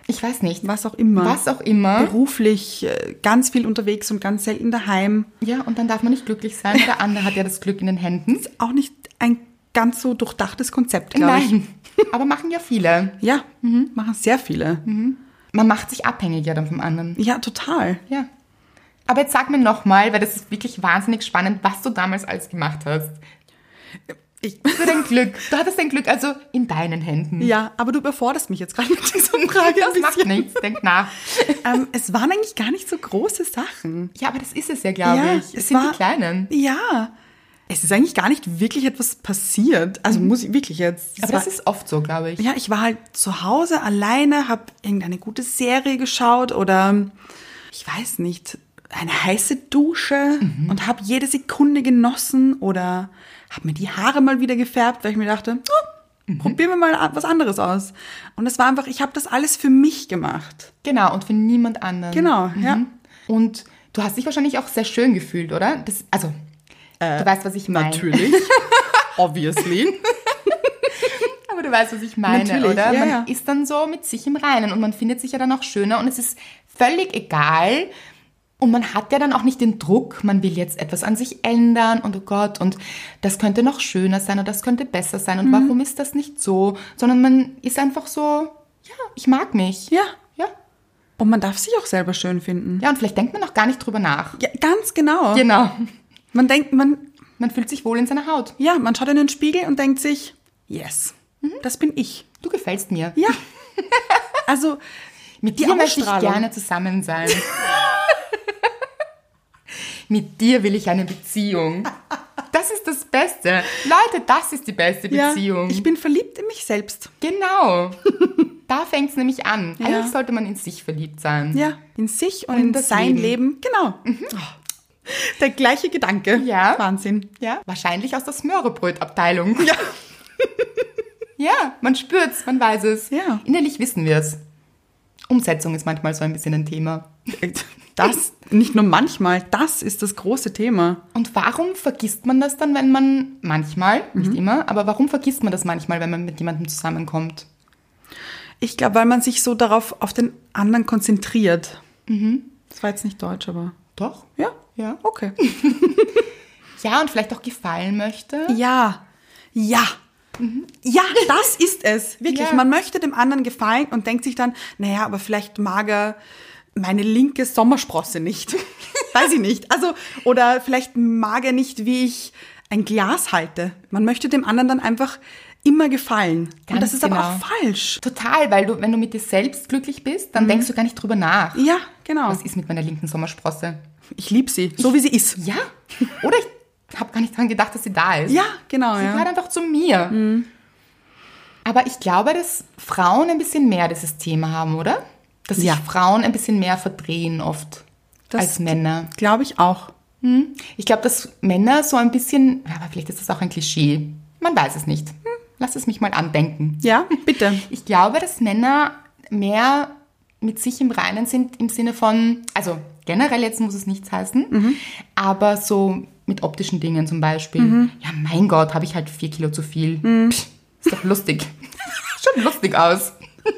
[SPEAKER 1] ich weiß nicht.
[SPEAKER 2] Was auch immer.
[SPEAKER 1] Was auch immer.
[SPEAKER 2] Beruflich äh, ganz viel unterwegs und ganz selten daheim.
[SPEAKER 1] Ja, und dann darf man nicht glücklich sein. Der andere hat ja das Glück in den Händen.
[SPEAKER 2] Ist auch nicht ein ganz so durchdachtes Konzept, glaube ich.
[SPEAKER 1] Nein, Mhm. aber machen ja viele.
[SPEAKER 2] Ja, machen sehr viele.
[SPEAKER 1] Mhm. Man macht sich abhängig ja dann vom anderen.
[SPEAKER 2] Ja, total.
[SPEAKER 1] Ja. Aber jetzt sag mir nochmal, weil das ist wirklich wahnsinnig spannend, was du damals alles gemacht hast.
[SPEAKER 2] Ich,
[SPEAKER 1] Für dein Glück. Du hattest dein Glück also in deinen Händen.
[SPEAKER 2] ja, aber du überforderst mich jetzt gerade mit dieser Frage.
[SPEAKER 1] Das
[SPEAKER 2] ein
[SPEAKER 1] macht
[SPEAKER 2] bisschen.
[SPEAKER 1] nichts, denk nach.
[SPEAKER 2] Ähm, es waren eigentlich gar nicht so große Sachen.
[SPEAKER 1] Ja, aber das ist es ja, glaube ich. Es, sind die Kleinen.
[SPEAKER 2] Ja. Es ist eigentlich gar nicht wirklich etwas passiert. Also muss ich wirklich jetzt. Es
[SPEAKER 1] Mhm. Aber das
[SPEAKER 2] war-
[SPEAKER 1] ist oft so, glaube ich.
[SPEAKER 2] ja, ich war halt zu Hause alleine, habe irgendeine gute Serie geschaut oder ich weiß nicht, eine heiße Dusche und habe jede Sekunde genossen oder habe mir die Haare mal wieder gefärbt, weil ich mir dachte, oh, probieren wir mal was anderes aus. Und es war einfach, ich habe das alles für mich gemacht.
[SPEAKER 1] Genau, und für niemand anderen. Mhm.
[SPEAKER 2] Genau, ja.
[SPEAKER 1] Und du hast dich wahrscheinlich auch sehr schön gefühlt, oder? Das, also,
[SPEAKER 2] Äh,
[SPEAKER 1] du weißt, was ich meine.
[SPEAKER 2] obviously.
[SPEAKER 1] Aber du weißt, was ich meine,
[SPEAKER 2] Natürlich,
[SPEAKER 1] oder?
[SPEAKER 2] ja,
[SPEAKER 1] man
[SPEAKER 2] ja.
[SPEAKER 1] ist dann so mit sich im Reinen und man findet sich ja dann auch schöner und es ist völlig egal. Und man hat ja dann auch nicht den Druck, man will jetzt etwas an sich ändern und oh Gott, und das könnte noch schöner sein und das könnte besser sein und
[SPEAKER 2] Mhm.
[SPEAKER 1] warum ist das nicht so? Sondern man ist einfach so, ja, ich mag mich.
[SPEAKER 2] Ja.
[SPEAKER 1] Ja,
[SPEAKER 2] Und man darf sich auch selber schön finden.
[SPEAKER 1] ja und vielleicht denkt man auch gar nicht drüber nach.
[SPEAKER 2] Ja, ganz genau.
[SPEAKER 1] Genau.
[SPEAKER 2] Man denkt, man,
[SPEAKER 1] Man fühlt sich wohl in seiner Haut.
[SPEAKER 2] ja, man schaut in den Spiegel und denkt sich, yes, das bin ich.
[SPEAKER 1] Du gefällst mir.
[SPEAKER 2] Ja. Also,
[SPEAKER 1] Mit
[SPEAKER 2] Die
[SPEAKER 1] dir möchte ich
[SPEAKER 2] Ausstrahlung.
[SPEAKER 1] gerne zusammen sein. Mit dir will ich eine Beziehung. Das ist das Beste. Leute, das ist die beste
[SPEAKER 2] ja,
[SPEAKER 1] Beziehung.
[SPEAKER 2] ich bin verliebt in mich selbst.
[SPEAKER 1] genau. Da fängt es nämlich an.
[SPEAKER 2] Ja.
[SPEAKER 1] Eigentlich sollte man in sich verliebt sein.
[SPEAKER 2] Ja, in sich und,
[SPEAKER 1] Und
[SPEAKER 2] in
[SPEAKER 1] das
[SPEAKER 2] sein Leben. Genau. Oh, Der gleiche Gedanke.
[SPEAKER 1] Ja.
[SPEAKER 2] Wahnsinn.
[SPEAKER 1] Ja, Wahrscheinlich aus der Smörrebrötabteilung. Ja. ja, man spürt's, man weiß es.
[SPEAKER 2] Ja.
[SPEAKER 1] Innerlich wissen wir es. Umsetzung ist manchmal so ein bisschen ein Thema.
[SPEAKER 2] Das, nicht nur manchmal, das ist das große Thema.
[SPEAKER 1] Und warum vergisst man das dann, wenn man manchmal,
[SPEAKER 2] Mhm.
[SPEAKER 1] nicht immer, aber warum vergisst man das manchmal, wenn man mit jemandem zusammenkommt?
[SPEAKER 2] Ich glaube, weil man sich so darauf, auf den anderen konzentriert. Das war jetzt nicht deutsch, aber.
[SPEAKER 1] Doch?
[SPEAKER 2] Mhm. Ja.
[SPEAKER 1] Ja.
[SPEAKER 2] Okay.
[SPEAKER 1] Ja, und vielleicht auch gefallen möchte.
[SPEAKER 2] Ja. Ja. Ja, das ist es. Wirklich.
[SPEAKER 1] Ja.
[SPEAKER 2] Man möchte dem anderen gefallen und denkt sich dann, naja, aber vielleicht mag er meine linke Sommersprosse nicht. Weiß ich nicht. Also, oder vielleicht mag er nicht, wie ich ein Glas halte. Man möchte dem anderen dann einfach immer gefallen. und
[SPEAKER 1] Ganz
[SPEAKER 2] das ist aber
[SPEAKER 1] genau.
[SPEAKER 2] auch falsch.
[SPEAKER 1] Total, weil du, wenn du mit dir selbst glücklich bist, dann denkst du gar nicht drüber nach.
[SPEAKER 2] Mhm. Ja, genau.
[SPEAKER 1] Was ist mit meiner linken Sommersprosse?
[SPEAKER 2] Ich liebe sie, so wie sie ist.
[SPEAKER 1] Ja. Oder ich habe gar nicht dran gedacht, dass sie da ist.
[SPEAKER 2] Ja, genau.
[SPEAKER 1] Sie gehört
[SPEAKER 2] Ja. Mhm.
[SPEAKER 1] einfach zu mir. Aber ich glaube, dass Frauen ein bisschen mehr dieses Thema haben, oder? Dass sich
[SPEAKER 2] Ja.
[SPEAKER 1] Frauen ein bisschen mehr verdrehen oft
[SPEAKER 2] Das-
[SPEAKER 1] als Männer.
[SPEAKER 2] Glaube ich auch.
[SPEAKER 1] Ich glaube, dass Männer so ein bisschen, aber vielleicht ist das auch ein Klischee. Man weiß es nicht. Hm, Lass es mich mal andenken.
[SPEAKER 2] Ja, bitte.
[SPEAKER 1] Ich glaube, dass Männer mehr mit sich im Reinen sind im Sinne von, also generell jetzt muss es nichts heißen, aber so mit optischen Dingen zum Beispiel. Ja, mein Gott, habe ich halt vier Kilo zu viel. Psch, ist doch lustig. Schon lustig aus.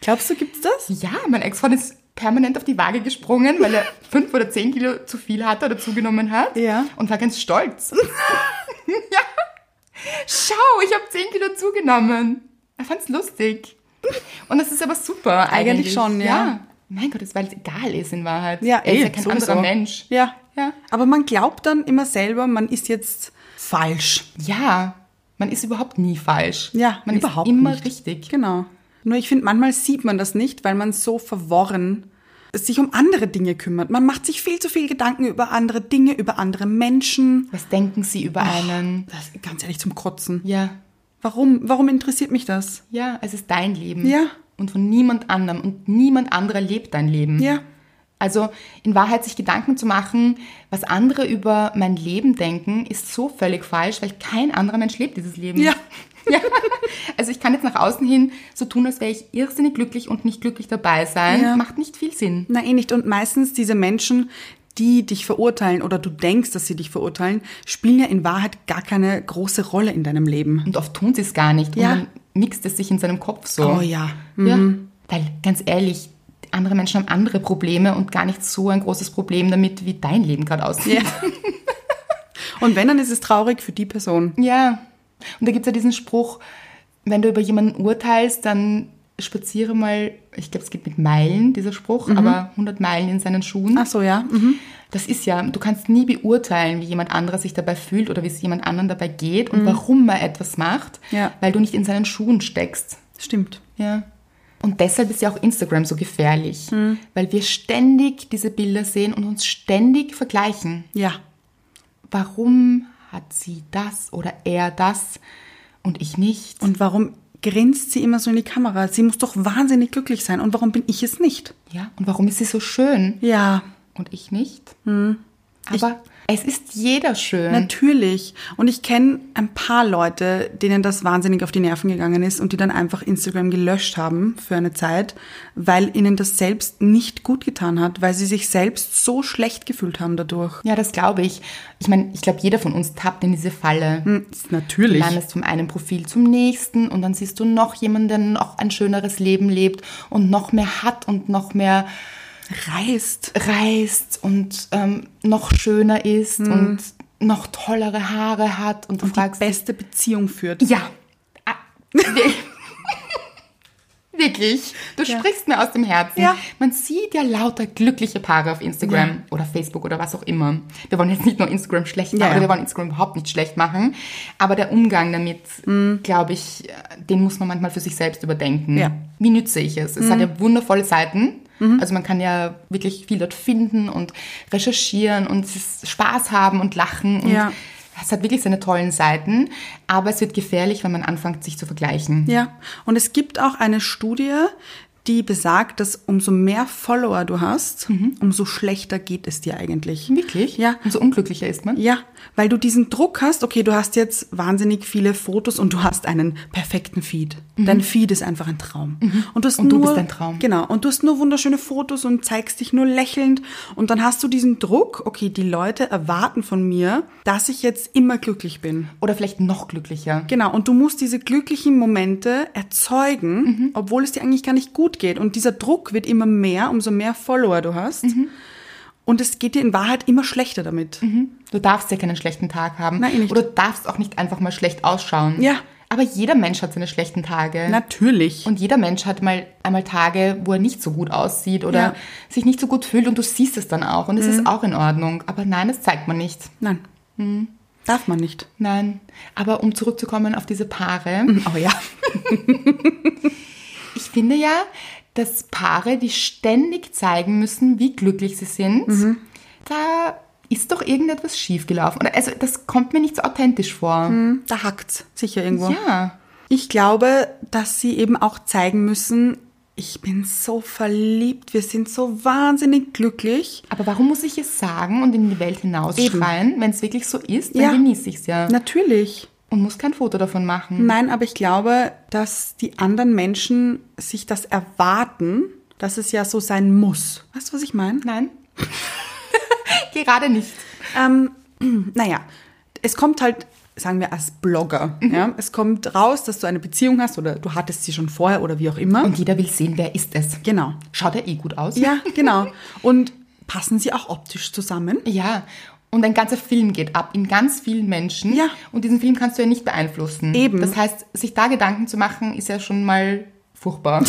[SPEAKER 2] Glaubst du, gibt's das?
[SPEAKER 1] Ja, mein Ex-Freund ist permanent auf die Waage gesprungen, weil er fünf oder zehn Kilo zu viel hatte oder zugenommen hat.
[SPEAKER 2] Ja.
[SPEAKER 1] Und war ganz stolz. ja. Schau, ich habe zehn Kilo zugenommen. Er fand's lustig. Und das ist aber super. Eigentlich,
[SPEAKER 2] Eigentlich schon, ja.
[SPEAKER 1] Mein Gott, das weil es egal ist in Wahrheit.
[SPEAKER 2] Ja,
[SPEAKER 1] er ist
[SPEAKER 2] eh,
[SPEAKER 1] ja kein
[SPEAKER 2] sowieso.
[SPEAKER 1] anderer Mensch.
[SPEAKER 2] Ja.
[SPEAKER 1] Ja.
[SPEAKER 2] Aber man glaubt dann immer selber, man ist jetzt falsch.
[SPEAKER 1] Ja, man ist überhaupt nie falsch.
[SPEAKER 2] Ja,
[SPEAKER 1] man
[SPEAKER 2] überhaupt
[SPEAKER 1] ist immer
[SPEAKER 2] nicht.
[SPEAKER 1] richtig.
[SPEAKER 2] Genau. Nur ich finde, manchmal sieht man das nicht, weil man so verworren sich um andere Dinge kümmert. Man macht sich viel zu viel Gedanken über andere Dinge, über andere Menschen.
[SPEAKER 1] Was denken sie über einen?
[SPEAKER 2] Das ist ganz ehrlich zum Kotzen.
[SPEAKER 1] Ja.
[SPEAKER 2] Warum, warum interessiert mich das?
[SPEAKER 1] Ja, es ist dein Leben.
[SPEAKER 2] Ja.
[SPEAKER 1] Und von niemand anderem. Und niemand anderer lebt dein Leben.
[SPEAKER 2] Ja.
[SPEAKER 1] Also in Wahrheit sich Gedanken zu machen, was andere über mein Leben denken, ist so völlig falsch, weil kein anderer Mensch lebt dieses Leben.
[SPEAKER 2] Ja.
[SPEAKER 1] ja. Also ich kann jetzt nach außen hin so tun, als wäre ich irrsinnig glücklich und nicht glücklich dabei sein.
[SPEAKER 2] Ja.
[SPEAKER 1] Macht nicht viel Sinn.
[SPEAKER 2] Na eh nicht. Und meistens diese Menschen, die dich verurteilen oder du denkst, dass sie dich verurteilen, spielen ja in Wahrheit gar keine große Rolle in deinem Leben.
[SPEAKER 1] Und oft tun sie es gar nicht.
[SPEAKER 2] Ja.
[SPEAKER 1] Und dann mixt es sich in seinem Kopf so.
[SPEAKER 2] Oh ja. Mhm.
[SPEAKER 1] Ja, weil ganz ehrlich, andere Menschen haben andere Probleme und gar nicht so ein großes Problem damit, wie dein Leben gerade aussieht.
[SPEAKER 2] Und wenn, dann ist es traurig für die Person.
[SPEAKER 1] Ja. Und da gibt es ja diesen Spruch, wenn du über jemanden urteilst, dann spaziere mal, ich glaube, es geht mit Meilen, dieser Spruch, aber 100 Meilen in seinen Schuhen.
[SPEAKER 2] Mhm. Ach so, ja. Mhm.
[SPEAKER 1] Das ist ja, du kannst nie beurteilen, wie jemand anderer sich dabei fühlt oder wie es jemand anderen dabei geht und warum er etwas macht,
[SPEAKER 2] Mhm. Ja.
[SPEAKER 1] weil du nicht in seinen Schuhen steckst.
[SPEAKER 2] Stimmt.
[SPEAKER 1] Ja. Und deshalb ist ja auch Instagram so gefährlich,
[SPEAKER 2] Mhm.
[SPEAKER 1] weil wir ständig diese Bilder sehen und uns ständig vergleichen.
[SPEAKER 2] Ja.
[SPEAKER 1] Warum hat sie das oder er das und ich nicht?
[SPEAKER 2] Und warum grinst sie immer so in die Kamera. Sie muss doch wahnsinnig glücklich sein. Und warum bin ich es nicht? Mhm.
[SPEAKER 1] Ja, und warum ist sie so schön
[SPEAKER 2] Ja,
[SPEAKER 1] und ich nicht?
[SPEAKER 2] Hm.
[SPEAKER 1] Aber es ist jeder schön.
[SPEAKER 2] natürlich. Und ich kenne ein paar Leute, denen das wahnsinnig auf die Nerven gegangen ist und die dann einfach Instagram gelöscht haben für eine Zeit, weil ihnen das selbst nicht gut getan hat, weil sie sich selbst so schlecht gefühlt haben dadurch.
[SPEAKER 1] Ja, das glaube ich. Ich meine, ich glaube, jeder von uns tappt in diese Falle.
[SPEAKER 2] Hm, Natürlich.
[SPEAKER 1] landest vom einen Profil zum nächsten und dann siehst du noch jemanden, der noch ein schöneres Leben lebt und noch mehr hat und noch mehr
[SPEAKER 2] Reißt.
[SPEAKER 1] reist und ähm, noch schöner ist und noch tollere Haare hat und du
[SPEAKER 2] Hm. Die
[SPEAKER 1] fragst
[SPEAKER 2] beste Beziehung führt.
[SPEAKER 1] ja Ah, wir- wirklich du sprichst mir aus dem Herzen
[SPEAKER 2] Ja.
[SPEAKER 1] man sieht ja lauter glückliche Paare auf Instagram oder Facebook oder was auch immer wir wollen jetzt nicht nur Instagram schlecht machen
[SPEAKER 2] Ja, ja.
[SPEAKER 1] oder wir wollen Instagram überhaupt nicht schlecht machen aber der Umgang damit glaube ich äh, den muss man manchmal für sich selbst überdenken
[SPEAKER 2] Mhm. Ja. Mhm.
[SPEAKER 1] wie nütze ich es? Es hat ja wundervolle Seiten. Also man kann ja wirklich viel dort finden und recherchieren und s- Spaß haben und lachen. Und
[SPEAKER 2] Ja.
[SPEAKER 1] Es hat wirklich seine tollen Seiten, aber es wird gefährlich, wenn man anfängt, sich zu vergleichen.
[SPEAKER 2] Ja, und es gibt auch eine Studie, die besagt, dass umso mehr Follower du hast, umso schlechter geht es dir eigentlich.
[SPEAKER 1] Mhm. Wirklich?
[SPEAKER 2] Ja.
[SPEAKER 1] Umso unglücklicher ist man.
[SPEAKER 2] Ja, weil du diesen Druck hast, okay, du hast jetzt wahnsinnig viele Fotos und du hast einen perfekten Feed. Dein Feed ist einfach ein Traum. Und, du, hast
[SPEAKER 1] Mhm. Und du
[SPEAKER 2] nur,
[SPEAKER 1] bist ein Traum.
[SPEAKER 2] Genau, und du hast nur wunderschöne Fotos und zeigst dich nur lächelnd. Und dann hast du diesen Druck, okay, die Leute erwarten von mir, dass ich jetzt immer glücklich bin.
[SPEAKER 1] Oder vielleicht noch glücklicher.
[SPEAKER 2] Genau, und du musst diese glücklichen Momente erzeugen,
[SPEAKER 1] Mhm.
[SPEAKER 2] obwohl es dir eigentlich gar nicht gut geht. Und dieser Druck wird immer mehr, umso mehr Follower du hast.
[SPEAKER 1] Mhm.
[SPEAKER 2] Und es geht dir in Wahrheit immer schlechter damit.
[SPEAKER 1] Du darfst ja keinen schlechten Tag haben.
[SPEAKER 2] Nein, eh nicht.
[SPEAKER 1] Oder du darfst auch nicht einfach mal schlecht ausschauen.
[SPEAKER 2] Ja.
[SPEAKER 1] Aber jeder Mensch hat seine schlechten Tage.
[SPEAKER 2] Natürlich.
[SPEAKER 1] Und jeder Mensch hat mal einmal Tage, wo er nicht so gut aussieht oder
[SPEAKER 2] Ja. Mhm.
[SPEAKER 1] sich nicht so gut fühlt und du siehst es dann auch und es ist auch in Ordnung. Aber nein, das zeigt man nicht.
[SPEAKER 2] Nein.
[SPEAKER 1] Mhm.
[SPEAKER 2] Darf man nicht.
[SPEAKER 1] Nein. Aber um zurückzukommen auf diese Paare,
[SPEAKER 2] Oh ja.
[SPEAKER 1] ich finde ja, dass Paare, die ständig zeigen müssen, wie glücklich sie sind,
[SPEAKER 2] Mhm.
[SPEAKER 1] da ist doch irgendetwas schiefgelaufen. Oder also das kommt mir nicht so authentisch vor.
[SPEAKER 2] Da hackt's sicher irgendwo.
[SPEAKER 1] Mhm. Ja.
[SPEAKER 2] Ich glaube, dass sie eben auch zeigen müssen, ich bin so verliebt, wir sind so wahnsinnig glücklich.
[SPEAKER 1] Aber warum muss ich es sagen und in die Welt hinausschreien, wenn es wirklich so ist? Dann
[SPEAKER 2] Ja.
[SPEAKER 1] genieße ich es ja.
[SPEAKER 2] Natürlich.
[SPEAKER 1] Und muss kein Foto davon machen.
[SPEAKER 2] Nein, aber ich glaube, dass die anderen Menschen sich das erwarten, dass es ja so sein muss. Weißt du, was ich meine?
[SPEAKER 1] Nein. Gerade nicht.
[SPEAKER 2] Ähm, naja, es kommt halt, sagen wir als Blogger, ja, es kommt raus, dass du eine Beziehung hast oder du hattest sie schon vorher oder wie auch immer.
[SPEAKER 1] Und jeder will sehen, wer ist es.
[SPEAKER 2] genau.
[SPEAKER 1] Schaut er eh gut aus?
[SPEAKER 2] Ja, genau. Und passen sie auch optisch zusammen?
[SPEAKER 1] Ja. Und ein ganzer Film geht ab in ganz vielen Menschen.
[SPEAKER 2] Ja.
[SPEAKER 1] Und diesen Film kannst du ja nicht beeinflussen.
[SPEAKER 2] Eben.
[SPEAKER 1] Das heißt, sich da Gedanken zu machen, ist ja schon mal furchtbar.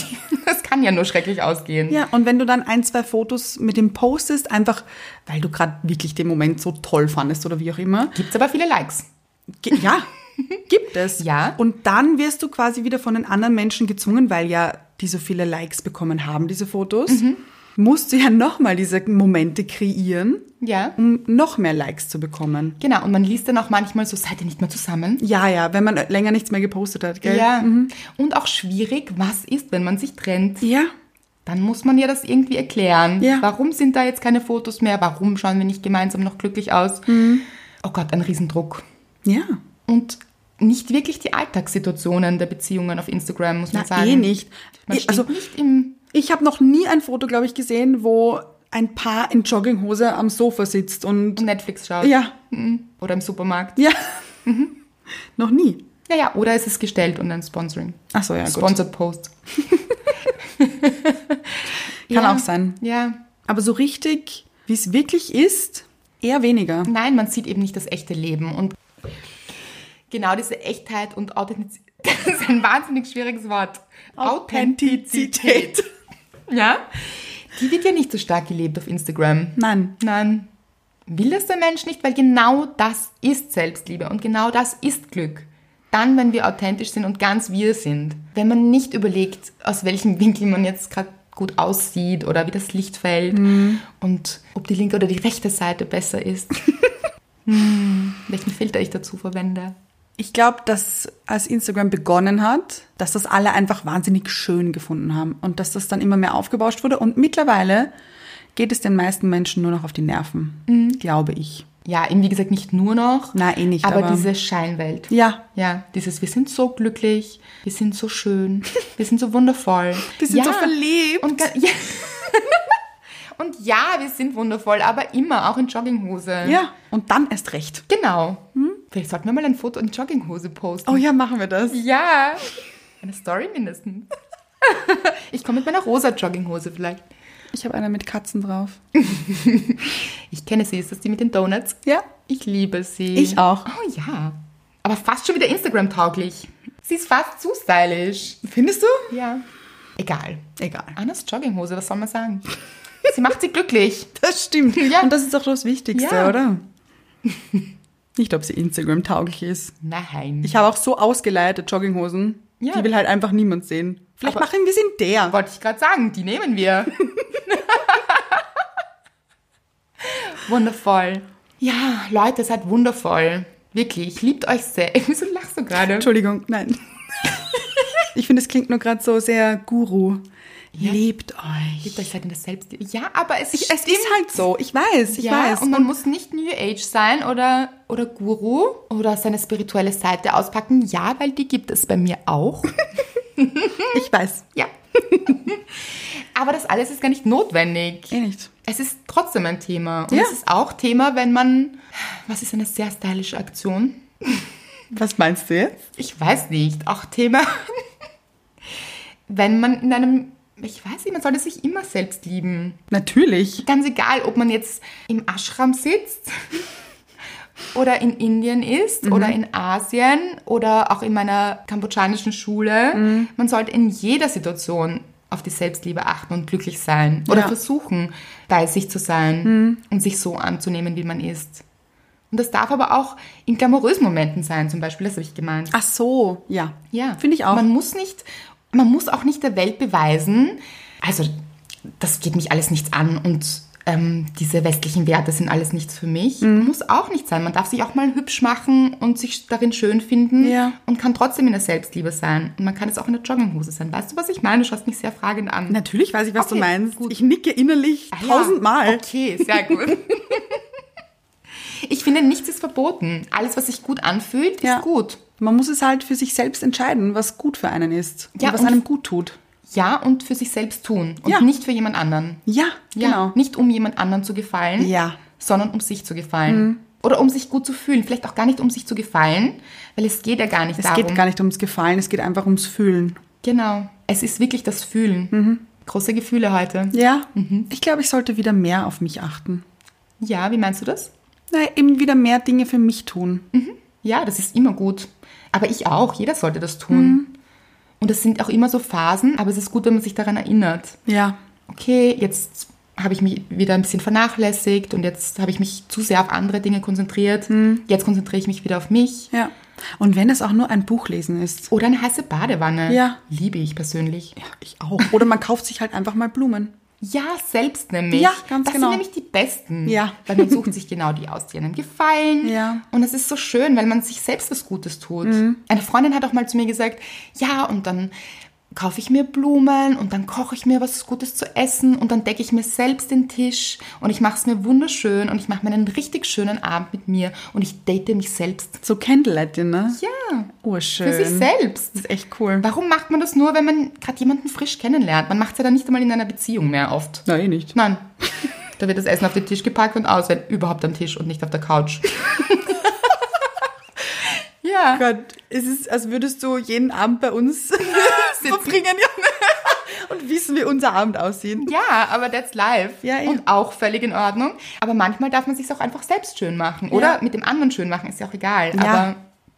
[SPEAKER 1] das kann ja nur schrecklich ausgehen.
[SPEAKER 2] Ja, und wenn du dann ein, zwei Fotos mit ihm postest, einfach weil du gerade wirklich den Moment so toll fandest oder wie auch immer.
[SPEAKER 1] Gibt's aber viele Likes.
[SPEAKER 2] Ge ja, gibt es.
[SPEAKER 1] Ja.
[SPEAKER 2] Und dann wirst du quasi wieder von den anderen Menschen gezwungen, weil ja die so viele Likes bekommen haben, diese Fotos.
[SPEAKER 1] Mhm.
[SPEAKER 2] Musst du ja nochmal diese Momente kreieren,
[SPEAKER 1] Ja.
[SPEAKER 2] um noch mehr Likes zu bekommen.
[SPEAKER 1] Genau. Und man liest dann auch manchmal so, seid ihr nicht mehr zusammen?
[SPEAKER 2] Ja, ja, wenn man länger nichts mehr gepostet hat, gell? Mhm.
[SPEAKER 1] Und auch schwierig, was ist, wenn man sich trennt?
[SPEAKER 2] Ja,
[SPEAKER 1] dann muss man ja das irgendwie erklären.
[SPEAKER 2] Ja.
[SPEAKER 1] Warum sind da jetzt keine Fotos mehr? Warum schauen wir nicht gemeinsam noch glücklich aus?
[SPEAKER 2] Mhm.
[SPEAKER 1] Oh Gott, ein Riesendruck.
[SPEAKER 2] ja.
[SPEAKER 1] Und nicht wirklich die Alltagssituationen der Beziehungen auf Instagram, muss man
[SPEAKER 2] Na,
[SPEAKER 1] sagen.
[SPEAKER 2] eh nicht.
[SPEAKER 1] Man
[SPEAKER 2] Eh,
[SPEAKER 1] steht
[SPEAKER 2] also,
[SPEAKER 1] nicht im...
[SPEAKER 2] Ich habe noch nie ein Foto, glaube ich, gesehen, wo ein Paar in Jogginghose am Sofa sitzt und
[SPEAKER 1] Netflix schaut.
[SPEAKER 2] ja,
[SPEAKER 1] Mhm. Oder im Supermarkt.
[SPEAKER 2] ja,
[SPEAKER 1] Mhm.
[SPEAKER 2] noch nie.
[SPEAKER 1] Ja, ja. Oder es ist gestellt und ein Sponsoring.
[SPEAKER 2] Ach so, ja, gut.
[SPEAKER 1] Sponsored Post.
[SPEAKER 2] Kann
[SPEAKER 1] Ja.
[SPEAKER 2] auch sein.
[SPEAKER 1] Ja.
[SPEAKER 2] Aber so richtig, wie es wirklich ist, eher weniger.
[SPEAKER 1] Nein, man sieht eben nicht das echte Leben. Und genau diese Echtheit und Authentizität, das ist ein wahnsinnig schwieriges Wort. Ja? Die wird ja nicht so stark gelebt auf Instagram.
[SPEAKER 2] Nein.
[SPEAKER 1] Nein. Will das der Mensch nicht, weil genau das ist Selbstliebe und genau das ist Glück. Dann, wenn wir authentisch sind und ganz wir sind. Wenn man nicht überlegt, aus welchem Winkel man jetzt gerade gut aussieht oder wie das Licht fällt
[SPEAKER 2] Mhm.
[SPEAKER 1] und ob die linke oder die rechte Seite besser ist. hm, welchen Filter ich dazu verwende.
[SPEAKER 2] Ich glaube, dass als Instagram begonnen hat, dass das alle einfach wahnsinnig schön gefunden haben und dass das dann immer mehr aufgebauscht wurde. Und mittlerweile geht es den meisten Menschen nur noch auf die Nerven, glaube ich.
[SPEAKER 1] Ja, eben wie gesagt, nicht nur noch.
[SPEAKER 2] Na, eh nicht,
[SPEAKER 1] Aber,
[SPEAKER 2] aber-
[SPEAKER 1] diese Scheinwelt.
[SPEAKER 2] Ja,
[SPEAKER 1] Ja, dieses, wir sind so glücklich, wir sind so schön, wir sind so wundervoll.
[SPEAKER 2] Wir sind
[SPEAKER 1] ja,
[SPEAKER 2] so verliebt.
[SPEAKER 1] Und, ga- ja. und ja, wir sind wundervoll, aber immer, auch in Jogginghose.
[SPEAKER 2] ja, und dann erst recht.
[SPEAKER 1] Genau. Vielleicht sollten wir mal ein Foto in Jogginghose posten.
[SPEAKER 2] Oh ja, machen wir das.
[SPEAKER 1] Ja. Eine Story mindestens. Ich komme mit meiner rosa Jogginghose vielleicht.
[SPEAKER 2] Ich habe eine mit Katzen drauf.
[SPEAKER 1] Ich kenne sie, ist das die mit den Donuts?
[SPEAKER 2] Ja.
[SPEAKER 1] Ich liebe sie.
[SPEAKER 2] Ich auch.
[SPEAKER 1] Oh ja. Aber fast schon wieder Instagram-tauglich. Sie ist fast zu stylisch.
[SPEAKER 2] Findest du?
[SPEAKER 1] Ja. Egal.
[SPEAKER 2] Egal.
[SPEAKER 1] Annas Jogginghose, was soll man sagen? Sie macht sie glücklich.
[SPEAKER 2] Das stimmt.
[SPEAKER 1] Ja.
[SPEAKER 2] Und das ist auch das Wichtigste,
[SPEAKER 1] Ja.
[SPEAKER 2] oder? Nicht, ob sie Instagram-tauglich ist.
[SPEAKER 1] Nein.
[SPEAKER 2] Ich habe auch so ausgeleierte Jogginghosen.
[SPEAKER 1] Ja.
[SPEAKER 2] Die will halt einfach niemand sehen. Vielleicht
[SPEAKER 1] Aber-
[SPEAKER 2] machen wir sie in der.
[SPEAKER 1] Wollte ich gerade sagen, die nehmen wir. wundervoll. Ja, Leute, seid wundervoll. Wirklich, liebt euch sehr. Wieso lachst du gerade?
[SPEAKER 2] Entschuldigung, nein. ich finde, es klingt nur gerade so sehr Guru. Lebt euch.
[SPEAKER 1] Liebt euch, seid in der Selbst. Ja, aber es,
[SPEAKER 2] Ich, es ist halt so. Ich weiß, ich
[SPEAKER 1] ja,
[SPEAKER 2] weiß.
[SPEAKER 1] und man muss nicht New Age sein oder, oder Guru oder seine spirituelle Seite auspacken. Ja, weil die gibt es bei mir auch.
[SPEAKER 2] ich weiß.
[SPEAKER 1] Ja. aber das alles ist gar nicht notwendig.
[SPEAKER 2] Eh nicht.
[SPEAKER 1] Es ist trotzdem ein Thema. Und
[SPEAKER 2] Ja.
[SPEAKER 1] es ist auch Thema, wenn man. Was ist eine sehr stylische Aktion?
[SPEAKER 2] Was meinst du jetzt?
[SPEAKER 1] Ich weiß nicht. Auch Thema. wenn man in einem. Ich weiß nicht, man sollte sich immer selbst lieben.
[SPEAKER 2] Natürlich.
[SPEAKER 1] Ganz egal, ob man jetzt im Ashram sitzt oder in Indien ist oder in Asien oder auch in meiner kambodschanischen Schule. Man sollte in jeder Situation auf die Selbstliebe achten und glücklich sein oder
[SPEAKER 2] Ja.
[SPEAKER 1] versuchen, bei sich zu sein und sich so anzunehmen, wie man ist. Und das darf aber auch in glamourösen Momenten sein, zum Beispiel, das habe ich gemeint.
[SPEAKER 2] Ach so, ja.
[SPEAKER 1] Ja.
[SPEAKER 2] Finde ich auch.
[SPEAKER 1] Man muss nicht, man muss auch nicht der Welt beweisen, also das geht mich alles nichts an und ähm, diese westlichen Werte sind alles nichts für mich.
[SPEAKER 2] Mhm.
[SPEAKER 1] Muss auch nicht sein. Man darf sich auch mal hübsch machen und sich darin schön finden
[SPEAKER 2] Ja.
[SPEAKER 1] und kann trotzdem in der Selbstliebe sein. Und man kann es auch in der Jogginghose sein. Weißt du, was ich meine? Du schaust mich sehr fragend an.
[SPEAKER 2] Natürlich weiß ich, was
[SPEAKER 1] Okay,
[SPEAKER 2] du meinst.
[SPEAKER 1] gut.
[SPEAKER 2] Ich nicke innerlich
[SPEAKER 1] Ah ja.
[SPEAKER 2] tausendmal.
[SPEAKER 1] Okay, sehr gut. ich finde, nichts ist verboten. Alles, was sich gut anfühlt,
[SPEAKER 2] Ja.
[SPEAKER 1] ist gut.
[SPEAKER 2] Man muss es halt für sich selbst entscheiden, was gut für einen ist
[SPEAKER 1] Ja,
[SPEAKER 2] und was
[SPEAKER 1] und-
[SPEAKER 2] einem gut tut.
[SPEAKER 1] Ja, und für sich selbst tun und
[SPEAKER 2] Ja.
[SPEAKER 1] nicht für jemand anderen.
[SPEAKER 2] Ja,
[SPEAKER 1] Ja,
[SPEAKER 2] genau.
[SPEAKER 1] Nicht um jemand anderen zu gefallen,
[SPEAKER 2] Ja. Mhm.
[SPEAKER 1] sondern um sich zu gefallen. Oder um sich gut zu fühlen. Vielleicht auch gar nicht um sich zu gefallen, weil es geht ja gar nicht
[SPEAKER 2] Es
[SPEAKER 1] darum.
[SPEAKER 2] geht gar nicht ums Gefallen, es geht einfach ums Fühlen.
[SPEAKER 1] Genau. Es ist wirklich das Fühlen. Große Gefühle heute.
[SPEAKER 2] Mhm. Ja, ich glaube, ich sollte wieder mehr auf mich achten.
[SPEAKER 1] Ja, wie meinst du das?
[SPEAKER 2] Na, eben wieder mehr Dinge für mich tun.
[SPEAKER 1] Ja, das ist immer gut. Aber ich auch. Jeder sollte das tun.
[SPEAKER 2] Mhm.
[SPEAKER 1] Und das sind auch immer so Phasen, aber es ist gut, wenn man sich daran erinnert.
[SPEAKER 2] Ja,
[SPEAKER 1] okay, jetzt habe ich mich wieder ein bisschen vernachlässigt und jetzt habe ich mich zu sehr auf andere Dinge konzentriert. Jetzt konzentriere ich mich wieder auf mich.
[SPEAKER 2] Mhm. ja. Und wenn es auch nur ein Buch lesen ist.
[SPEAKER 1] Oder eine Oh, heiße Badewanne.
[SPEAKER 2] Ja.
[SPEAKER 1] Liebe ich persönlich.
[SPEAKER 2] Ja, ich auch. Oder man kauft sich halt einfach mal Blumen.
[SPEAKER 1] Ja, selbst nämlich.
[SPEAKER 2] Ja, ganz
[SPEAKER 1] das
[SPEAKER 2] genau.
[SPEAKER 1] sind nämlich die Besten.
[SPEAKER 2] Ja.
[SPEAKER 1] Weil man sucht sich genau die aus, die einem gefallen.
[SPEAKER 2] Ja. Mhm.
[SPEAKER 1] Und es ist so schön, weil man sich selbst was Gutes tut. Eine Freundin hat auch mal zu mir gesagt, ja, und dann kaufe ich mir Blumen und dann koche ich mir was Gutes zu essen und dann decke ich mir selbst den Tisch und ich mache es mir wunderschön und ich mache mir einen richtig schönen Abend mit mir und ich date mich selbst.
[SPEAKER 2] So Candlelight, ne?
[SPEAKER 1] Ja,
[SPEAKER 2] Urschön.
[SPEAKER 1] für sich selbst.
[SPEAKER 2] Das ist echt cool.
[SPEAKER 1] Warum macht man das nur, wenn man gerade jemanden frisch kennenlernt? Man macht es ja dann nicht einmal in einer Beziehung mehr oft.
[SPEAKER 2] Na, eh nicht.
[SPEAKER 1] Nein. Da wird das Essen auf den Tisch gepackt und aus, wenn überhaupt am Tisch und nicht auf der Couch. ja.
[SPEAKER 2] Gott, es ist, als würdest du jeden Abend bei uns verbringen und wissen, wie unser Abend aussieht.
[SPEAKER 1] Ja, aber that's life.
[SPEAKER 2] Ja, eh.
[SPEAKER 1] und auch völlig in Ordnung. Aber manchmal darf man sich auch einfach selbst schön machen. Oder mit dem anderen schön machen, ist ja auch egal.
[SPEAKER 2] Ja. Mhm.
[SPEAKER 1] Aber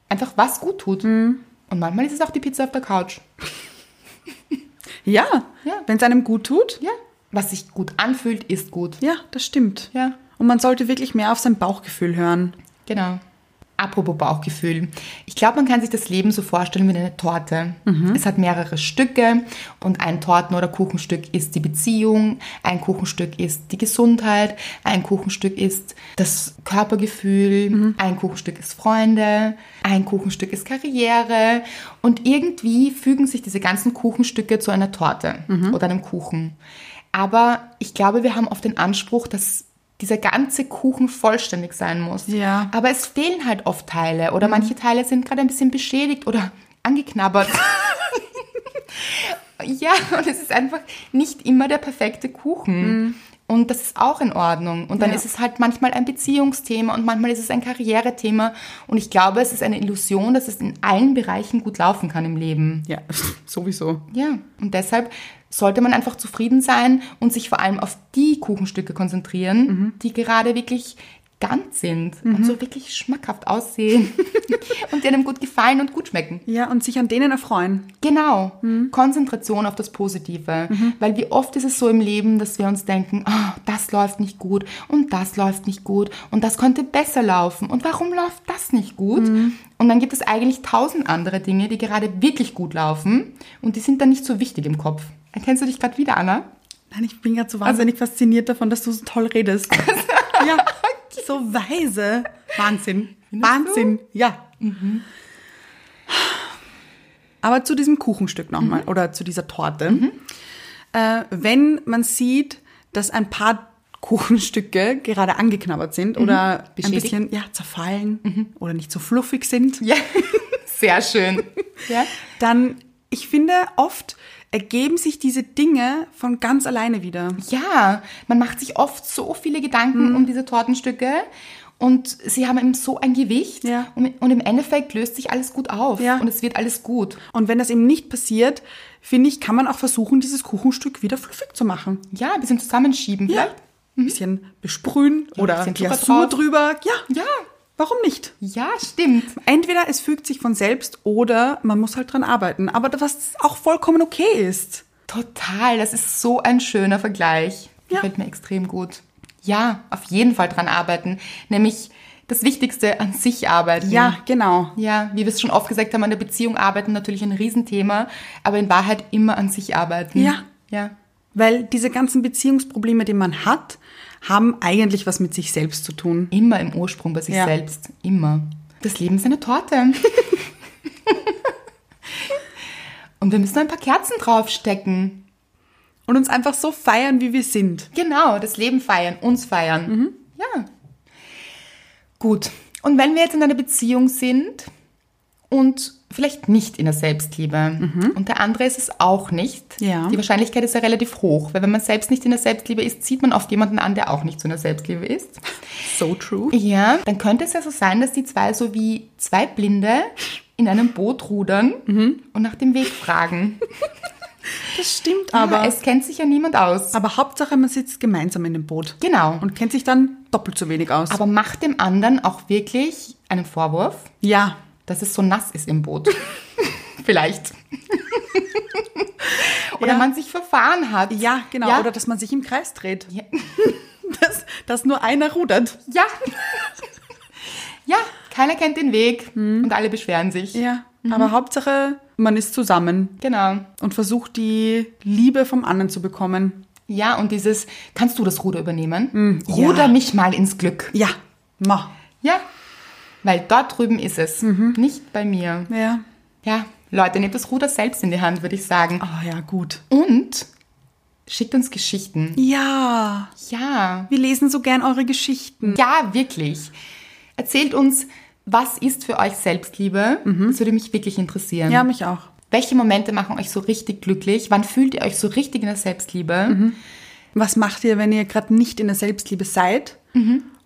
[SPEAKER 1] einfach was gut tut. Und manchmal ist es auch die Pizza auf der Couch.
[SPEAKER 2] Ja,
[SPEAKER 1] Ja.
[SPEAKER 2] wenn es einem gut tut.
[SPEAKER 1] Ja. Was sich gut anfühlt, ist gut.
[SPEAKER 2] Ja, das stimmt.
[SPEAKER 1] Ja.
[SPEAKER 2] Und man sollte wirklich mehr auf sein Bauchgefühl hören.
[SPEAKER 1] Genau. Apropos Bauchgefühl. Ich glaube, man kann sich das Leben so vorstellen wie eine Torte. Es hat mehrere Stücke und ein Torten- oder Kuchenstück ist die Beziehung, ein Kuchenstück ist die Gesundheit, ein Kuchenstück ist das Körpergefühl, ein Kuchenstück ist Freunde, ein Kuchenstück ist Karriere und irgendwie fügen sich diese ganzen Kuchenstücke zu einer Torte oder einem Kuchen. Aber ich glaube, wir haben oft den Anspruch, dass dieser ganze Kuchen vollständig sein muss.
[SPEAKER 2] Ja.
[SPEAKER 1] Aber es fehlen halt oft Teile oder manche Teile sind gerade ein bisschen beschädigt oder angeknabbert. ja, und es ist einfach nicht immer der perfekte Kuchen. Und das ist auch in Ordnung. Und dann
[SPEAKER 2] Ja.
[SPEAKER 1] ist es halt manchmal ein Beziehungsthema und manchmal ist es ein Karrierethema. Und ich glaube, es ist eine Illusion, dass es in allen Bereichen gut laufen kann im Leben.
[SPEAKER 2] Ja, sowieso.
[SPEAKER 1] Ja, und deshalb sollte man einfach zufrieden sein und sich vor allem auf die Kuchenstücke konzentrieren, die gerade wirklich ganz sind und so wirklich schmackhaft aussehen und die einem gut gefallen und gut schmecken.
[SPEAKER 2] Ja, und sich an denen erfreuen.
[SPEAKER 1] Genau, Konzentration auf das Positive, weil wie oft ist es so im Leben, dass wir uns denken, ah, das läuft nicht gut und das läuft nicht gut und das könnte besser laufen und warum läuft das nicht gut? Und dann gibt es eigentlich tausend andere Dinge, die gerade wirklich gut laufen und die sind dann nicht so wichtig im Kopf. Erkennst du dich gerade wieder, Anna?
[SPEAKER 2] Nein, ich bin gerade so wahnsinnig fasziniert davon, dass du so toll redest. ja, so weise. Wahnsinn. Wahnsinn, ja. Aber zu diesem Kuchenstück nochmal oder zu dieser Torte. Äh, wenn man sieht, dass ein paar Kuchenstücke gerade angeknabbert sind oder ein
[SPEAKER 1] Beschädigt.
[SPEAKER 2] bisschen ja, zerfallen oder nicht so fluffig sind,
[SPEAKER 1] Ja, sehr schön. ja.
[SPEAKER 2] dann, ich finde, oft ergeben sich diese Dinge von ganz alleine wieder.
[SPEAKER 1] Ja, man macht sich oft so viele Gedanken
[SPEAKER 2] Mhm.
[SPEAKER 1] um diese Tortenstücke und sie haben eben so ein Gewicht
[SPEAKER 2] Ja.
[SPEAKER 1] und, und im Endeffekt löst sich alles gut auf
[SPEAKER 2] Ja.
[SPEAKER 1] und es wird alles gut.
[SPEAKER 2] Und wenn das eben nicht passiert, finde ich, kann man auch versuchen, dieses Kuchenstück wieder fluffig zu machen.
[SPEAKER 1] Ja, ein bisschen zusammenschieben vielleicht.
[SPEAKER 2] Ein bisschen besprühen oder
[SPEAKER 1] ein bisschen Zucker
[SPEAKER 2] Glasur
[SPEAKER 1] drauf.
[SPEAKER 2] drüber. Ja,
[SPEAKER 1] Ja.
[SPEAKER 2] warum nicht?
[SPEAKER 1] Ja, stimmt.
[SPEAKER 2] Entweder es fügt sich von selbst oder man muss halt dran arbeiten. Aber das- was auch vollkommen okay ist.
[SPEAKER 1] Total, das ist so ein schöner Vergleich.
[SPEAKER 2] Ja.
[SPEAKER 1] Gefällt mir extrem gut. Ja, auf jeden Fall dran arbeiten. Nämlich das Wichtigste an sich arbeiten.
[SPEAKER 2] Ja, genau.
[SPEAKER 1] Ja, wie wir es schon oft gesagt haben, an der Beziehung arbeiten natürlich ein Riesenthema, aber in Wahrheit immer an sich arbeiten.
[SPEAKER 2] Ja.
[SPEAKER 1] Ja.
[SPEAKER 2] Weil diese ganzen Beziehungsprobleme, die man hat, haben eigentlich was mit sich selbst zu tun.
[SPEAKER 1] Immer im Ursprung bei sich
[SPEAKER 2] Ja.
[SPEAKER 1] selbst. Immer. Das Leben ist eine Torte. Und wir müssen ein paar Kerzen draufstecken.
[SPEAKER 2] Und uns einfach so feiern, wie wir sind.
[SPEAKER 1] Genau, das Leben feiern, uns feiern.
[SPEAKER 2] Mhm.
[SPEAKER 1] Ja. Gut. Und wenn wir jetzt in einer Beziehung sind und vielleicht nicht in der Selbstliebe und der andere ist es auch nicht,
[SPEAKER 2] Mhm. Ja.
[SPEAKER 1] die Wahrscheinlichkeit ist ja relativ hoch, weil wenn man selbst nicht in der Selbstliebe ist, zieht man oft jemanden an, der auch nicht zu einer Selbstliebe ist.
[SPEAKER 2] So true.
[SPEAKER 1] Ja, dann könnte es ja so sein, dass die zwei so wie zwei Blinde in einem Boot rudern
[SPEAKER 2] Mhm.
[SPEAKER 1] und nach dem Weg fragen.
[SPEAKER 2] Das stimmt aber.
[SPEAKER 1] es kennt sich ja niemand aus.
[SPEAKER 2] aber Hauptsache, man sitzt gemeinsam in dem Boot.
[SPEAKER 1] Genau.
[SPEAKER 2] Und kennt sich dann doppelt so wenig aus.
[SPEAKER 1] Aber macht dem anderen auch wirklich einen Vorwurf,
[SPEAKER 2] ja,
[SPEAKER 1] dass es so nass ist im Boot. Vielleicht. Oder
[SPEAKER 2] Ja.
[SPEAKER 1] man sich verfahren hat.
[SPEAKER 2] ja, genau.
[SPEAKER 1] Ja,
[SPEAKER 2] Oder dass man sich im Kreis dreht.
[SPEAKER 1] Ja.
[SPEAKER 2] dass, dass nur einer rudert.
[SPEAKER 1] ja. ja keiner kennt den Weg und alle beschweren sich.
[SPEAKER 2] Mhm. Ja. Aber Hauptsache, man ist zusammen
[SPEAKER 1] Genau.
[SPEAKER 2] und versucht, die Liebe vom anderen zu bekommen.
[SPEAKER 1] Ja, und dieses, kannst du das Ruder übernehmen?
[SPEAKER 2] Hm, ja.
[SPEAKER 1] Ruder mich mal ins Glück.
[SPEAKER 2] Ja. Ma.
[SPEAKER 1] Ja, weil dort drüben ist es,
[SPEAKER 2] Mhm.
[SPEAKER 1] nicht bei mir.
[SPEAKER 2] Ja.
[SPEAKER 1] Ja, Leute, nehmt das Ruder selbst in die Hand, würde ich sagen.
[SPEAKER 2] Ah ja, gut.
[SPEAKER 1] Und schickt uns Geschichten.
[SPEAKER 2] Ja.
[SPEAKER 1] Ja,
[SPEAKER 2] Wir lesen so gern eure Geschichten.
[SPEAKER 1] ja, wirklich. Erzählt uns, was ist für euch Selbstliebe? Das würde mich wirklich interessieren.
[SPEAKER 2] Mhm. Ja, mich auch.
[SPEAKER 1] Welche Momente machen euch so richtig glücklich? Wann fühlt ihr euch so richtig in der Selbstliebe?
[SPEAKER 2] Mhm. Was macht ihr, wenn ihr gerade nicht in der Selbstliebe seid,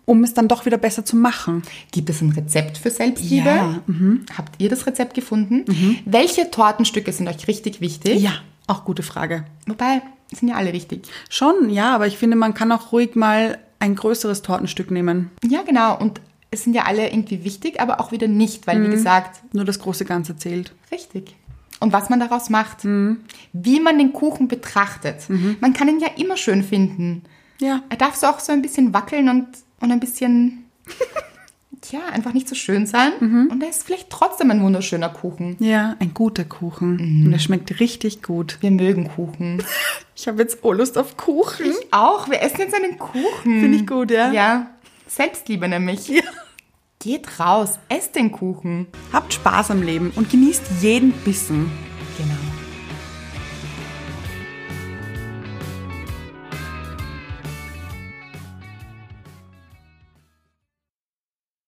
[SPEAKER 2] um es dann doch wieder besser zu machen?
[SPEAKER 1] Gibt es ein Rezept für Selbstliebe?
[SPEAKER 2] Ja, Mhm.
[SPEAKER 1] Habt ihr das Rezept gefunden? Welche Tortenstücke sind euch richtig wichtig?
[SPEAKER 2] Ja, auch gute Frage.
[SPEAKER 1] Wobei, sind ja alle wichtig.
[SPEAKER 2] Schon, ja, aber ich finde, man kann auch ruhig mal ein größeres Tortenstück nehmen.
[SPEAKER 1] Ja, genau. Und es sind ja alle irgendwie wichtig, aber auch wieder nicht, weil,
[SPEAKER 2] Mhm.
[SPEAKER 1] wie gesagt,
[SPEAKER 2] Nur das große Ganze zählt.
[SPEAKER 1] richtig. Und was man daraus macht,
[SPEAKER 2] Mhm.
[SPEAKER 1] wie man den Kuchen betrachtet. Man kann ihn ja immer schön finden.
[SPEAKER 2] Ja.
[SPEAKER 1] Er darf so auch so ein bisschen wackeln und, und ein bisschen ja, einfach nicht so schön sein.
[SPEAKER 2] Mhm.
[SPEAKER 1] Und er ist vielleicht trotzdem ein wunderschöner Kuchen.
[SPEAKER 2] Ja, ein guter Kuchen. Und der schmeckt richtig gut.
[SPEAKER 1] Wir mögen Kuchen.
[SPEAKER 2] Ich habe jetzt auch Lust auf Kuchen.
[SPEAKER 1] Ich auch, wir essen jetzt einen Kuchen.
[SPEAKER 2] Finde ich gut, ja.
[SPEAKER 1] Ja, Selbstliebe nämlich.
[SPEAKER 2] Ja.
[SPEAKER 1] Geht raus, esst den Kuchen.
[SPEAKER 2] Habt Spaß am Leben und genießt jeden Bissen. Genau.